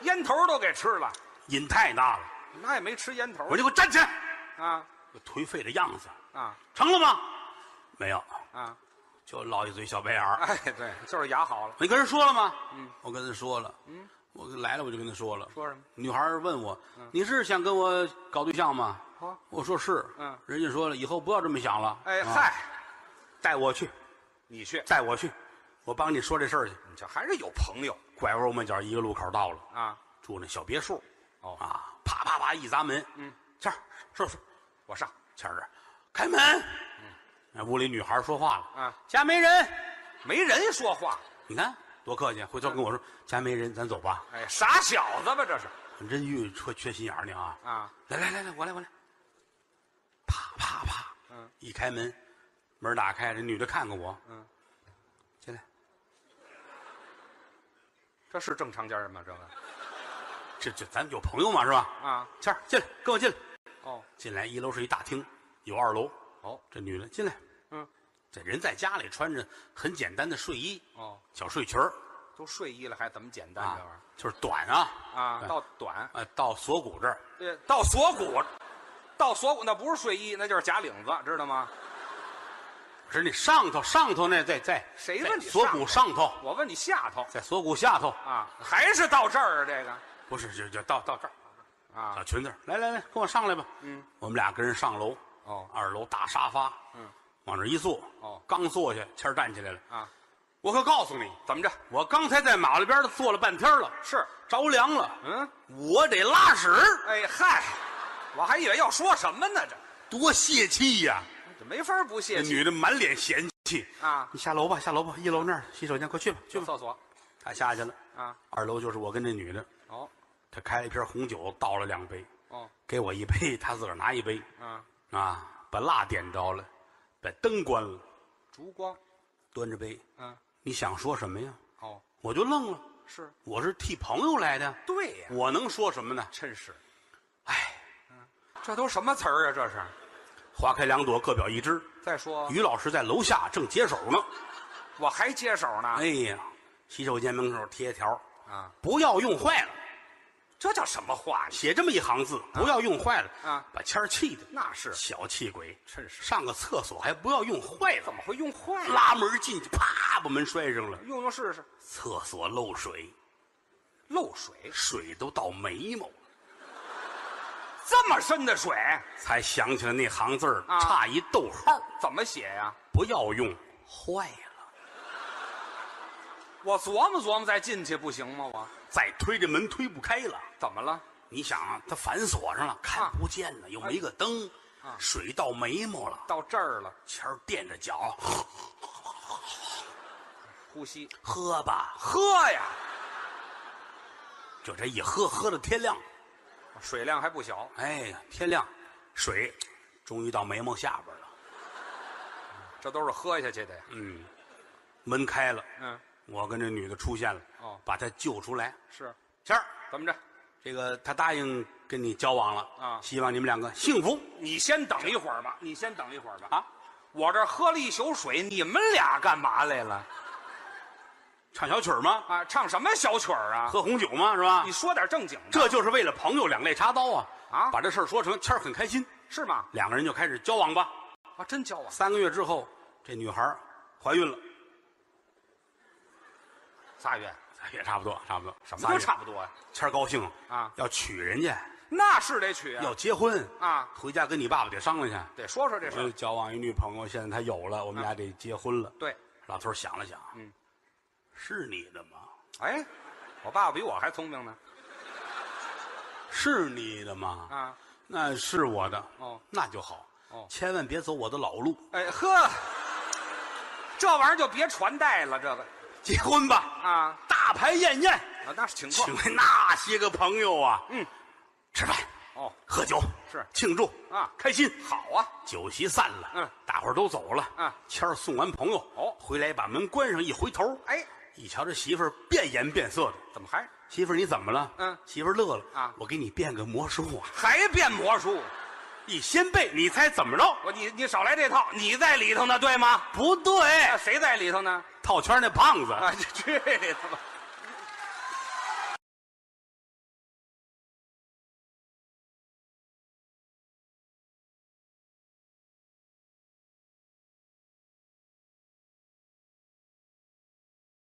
S2: 烟头都给吃了，
S1: 瘾太大了，
S2: 那也没吃烟头
S1: 我就给我站起来，
S2: 啊
S1: 我颓废的样子，
S2: 啊
S1: 成了吗？没有，
S2: 啊！
S1: 就落一嘴小白牙儿。
S2: 哎，对，就是牙好了。
S1: 你跟人说了吗？我跟他说了。我来了我就跟他说了。
S2: 嗯说什么？
S1: 女孩儿问我，
S2: 嗯
S1: 你是想跟我搞对象吗？
S2: 哦
S1: 我说是。
S2: 嗯
S1: 人家说了，以后不要这么想了。
S2: 哎
S1: 啊，
S2: 嗨，
S1: 带我去，
S2: 你去，
S1: 带我去，我帮你说这事儿去。
S2: 你这还是有朋友
S1: 拐弯抹角，一个路口到了，
S2: 啊！
S1: 住那小别墅。
S2: 哦
S1: 啊，啪啪啪一砸门，嗯，谦儿，说说，
S2: 我上，
S1: 谦儿啊，开门。那屋里女孩儿说话了，
S2: 嗯啊，
S1: 家没人。
S2: 没人说话。
S1: 你看多客气，啊回头跟我说家没人，咱走吧。
S2: 哎，傻小子吧，这是
S1: 你真遇缺缺心眼儿你啊！
S2: 啊！
S1: 来来来来，我来我来，啪啪啪，
S2: 嗯，
S1: 一开门，门打开，这女的看看我，
S2: 嗯，
S1: 进来，
S2: 这是正常家人吗？这个
S1: 这这咱有朋友嘛是吧？
S2: 啊，
S1: 谦儿进来，跟我进来，
S2: 哦
S1: 进来一楼是一大厅，有二楼，
S2: 哦
S1: 这女的进来，
S2: 嗯，
S1: 这人在家里穿着很简单的睡衣、
S2: 哦，
S1: 小睡裙儿
S2: 都睡衣了，还怎么简单这
S1: 啊
S2: 玩意，
S1: 就是短啊
S2: 儿啊？
S1: 对
S2: 到短，
S1: 啊到锁骨这儿，
S2: 对，到锁骨，到锁骨那不是睡衣，那就是假领子，知道吗？
S1: 是你上头上头那在在
S2: 谁
S1: 在
S2: 问你
S1: 锁
S2: 上
S1: 骨
S2: 头
S1: 上头，
S2: 我问你下头
S1: 在锁骨下头，
S2: 啊，还是到这儿啊？这个
S1: 不是就就到到这儿。
S2: 啊
S1: 小，裙子，来来来，跟我上来吧。
S2: 嗯，
S1: 我们俩跟人上楼。
S2: 哦
S1: 二楼大沙发。
S2: 嗯，
S1: 往这一坐。
S2: 哦
S1: 刚坐下，谦儿站起来了。
S2: 啊，
S1: 我可告诉你，
S2: 怎么着？
S1: 我刚才在马路边儿坐了半天了，
S2: 是，
S1: 着凉了，
S2: 嗯，
S1: 我得拉屎，
S2: 哎嗨，我还以为要说什么呢，这
S1: 多泄气呀、
S2: 这没法不
S1: 那
S2: 泄气
S1: 女的满脸嫌弃。
S2: 啊！
S1: 你下楼吧，下楼吧，一楼那儿洗手间，快去吧，去
S2: 去
S1: 吧。
S2: 厕所
S1: 她下去了。
S2: 啊？
S1: 二楼就是我跟这女的，
S2: 哦
S1: 她开了一瓶红酒，倒了两杯，
S2: 哦
S1: 给我一杯，她自个儿拿一杯。
S2: 啊，
S1: 啊，把蜡点着了，把灯关了，
S2: 烛光，
S1: 端着杯。
S2: 嗯，
S1: 你想说什么呀？
S2: 哦，
S1: 我就愣了，
S2: 是
S1: 我是替朋友来的，
S2: 对呀，
S1: 我能说什么呢？
S2: 真是，
S1: 哎，
S2: 这都什么词儿啊？这是？
S1: 花开两朵，各表一枝。
S2: 再说
S1: 于老师在楼下正解手呢。
S2: 我还接手呢
S1: 哎呀，洗手间门口贴条，
S2: 啊，
S1: 不要用坏了，
S2: 这叫什么话呢？
S1: 写这么一行字，不要用坏了
S2: 啊
S1: 把谦儿气的，
S2: 那是
S1: 小气鬼，
S2: 真是
S1: 上个厕所还不要用坏
S2: 怎
S1: 了，
S2: 么会用坏了？
S1: 拉门进去，啪把门摔上了，
S2: 用用试试，
S1: 厕所漏水，
S2: 漏水，
S1: 水都到眉毛了。
S2: 这么深的水
S1: 才想起来那行字儿、
S2: 啊
S1: 差一逗号，
S2: 怎么写呀？
S1: 不要用坏了。
S2: 我琢磨琢磨再进去不行吗？我
S1: 再推这门推不开了，
S2: 怎么了？
S1: 你想啊，它反锁上了，看不见了，又没个灯，
S2: 啊
S1: 水到眉毛了，
S2: 到这儿了，
S1: 前儿垫着脚，
S2: 呼吸，
S1: 喝吧，
S2: 喝呀，
S1: 就这一喝，喝到天亮。
S2: 水量还不小，
S1: 哎，天亮，水终于到眉毛下边了。
S2: 这都是喝下去的呀。
S1: 嗯，门开了，
S2: 嗯，
S1: 我跟这女的出现了，
S2: 哦
S1: 把她救出来。
S2: 是，
S1: 谦儿，
S2: 怎么着？
S1: 这个她答应跟你交往了
S2: 啊
S1: 希望你们两个幸福。
S2: 你先等一会儿吧，你先等一会儿吧。啊，我这喝了一宿水，你们俩干嘛来了？
S1: 唱小曲儿吗？
S2: 啊，唱什么小曲儿啊？
S1: 喝红酒吗？是吧
S2: 你？说点正经的，
S1: 这就是为了朋友两肋插刀啊！
S2: 啊
S1: 把这事儿说成，谦儿很开心，
S2: 是吗？
S1: 两个人就开始交往吧。
S2: 啊，真交往，
S1: 三个月之后，这女孩儿怀孕了，
S2: 仨月，
S1: 仨月哎差不多，差不多，
S2: 什么
S1: 仨
S2: 都
S1: 月
S2: 差不多呀、
S1: 谦儿高兴
S2: 啊
S1: 要娶人家，
S2: 那是得娶啊
S1: 要，结婚
S2: 啊嗯
S1: 回家跟你爸爸得商量去。
S2: 得说说这事
S1: 我
S2: 儿。
S1: 交往一女朋友，现在她有了，我们俩得结婚了。
S2: 啊对，
S1: 老头儿想了想，
S2: 嗯，
S1: 是你的吗？
S2: 哎，我爸爸比我还聪明呢。
S1: 是你的吗？
S2: 啊，
S1: 那是我的。
S2: 哦，
S1: 那就好。
S2: 哦
S1: 千万别走我的老路，
S2: 哎呵，这玩意儿就别传代了，这个
S1: 结婚吧，
S2: 啊，
S1: 大排宴宴，
S2: 啊那是请
S1: 请
S2: 客
S1: 来那些个朋友啊，
S2: 嗯，
S1: 吃饭、
S2: 哦，
S1: 喝酒
S2: 是
S1: 庆祝
S2: 啊
S1: 开心。
S2: 好啊，
S1: 酒席散了，
S2: 嗯，
S1: 大伙儿都走了，
S2: 嗯，
S1: 谦儿送完朋友，
S2: 哦
S1: 回来把门关上，一回头，
S2: 哎，
S1: 一瞧这媳妇儿变颜变色的，
S2: 怎么还
S1: 媳妇儿你怎么了？
S2: 嗯
S1: 媳妇儿乐了
S2: 啊
S1: 我给你变个魔术啊，
S2: 还变魔术？
S1: 一掀被，你猜怎么着？啊
S2: 我你你少来这套，你在里头呢，对吗？哎
S1: 不对，
S2: 啊那谁在里头呢？
S1: 套圈那胖子，
S2: 啊，去去里头吧！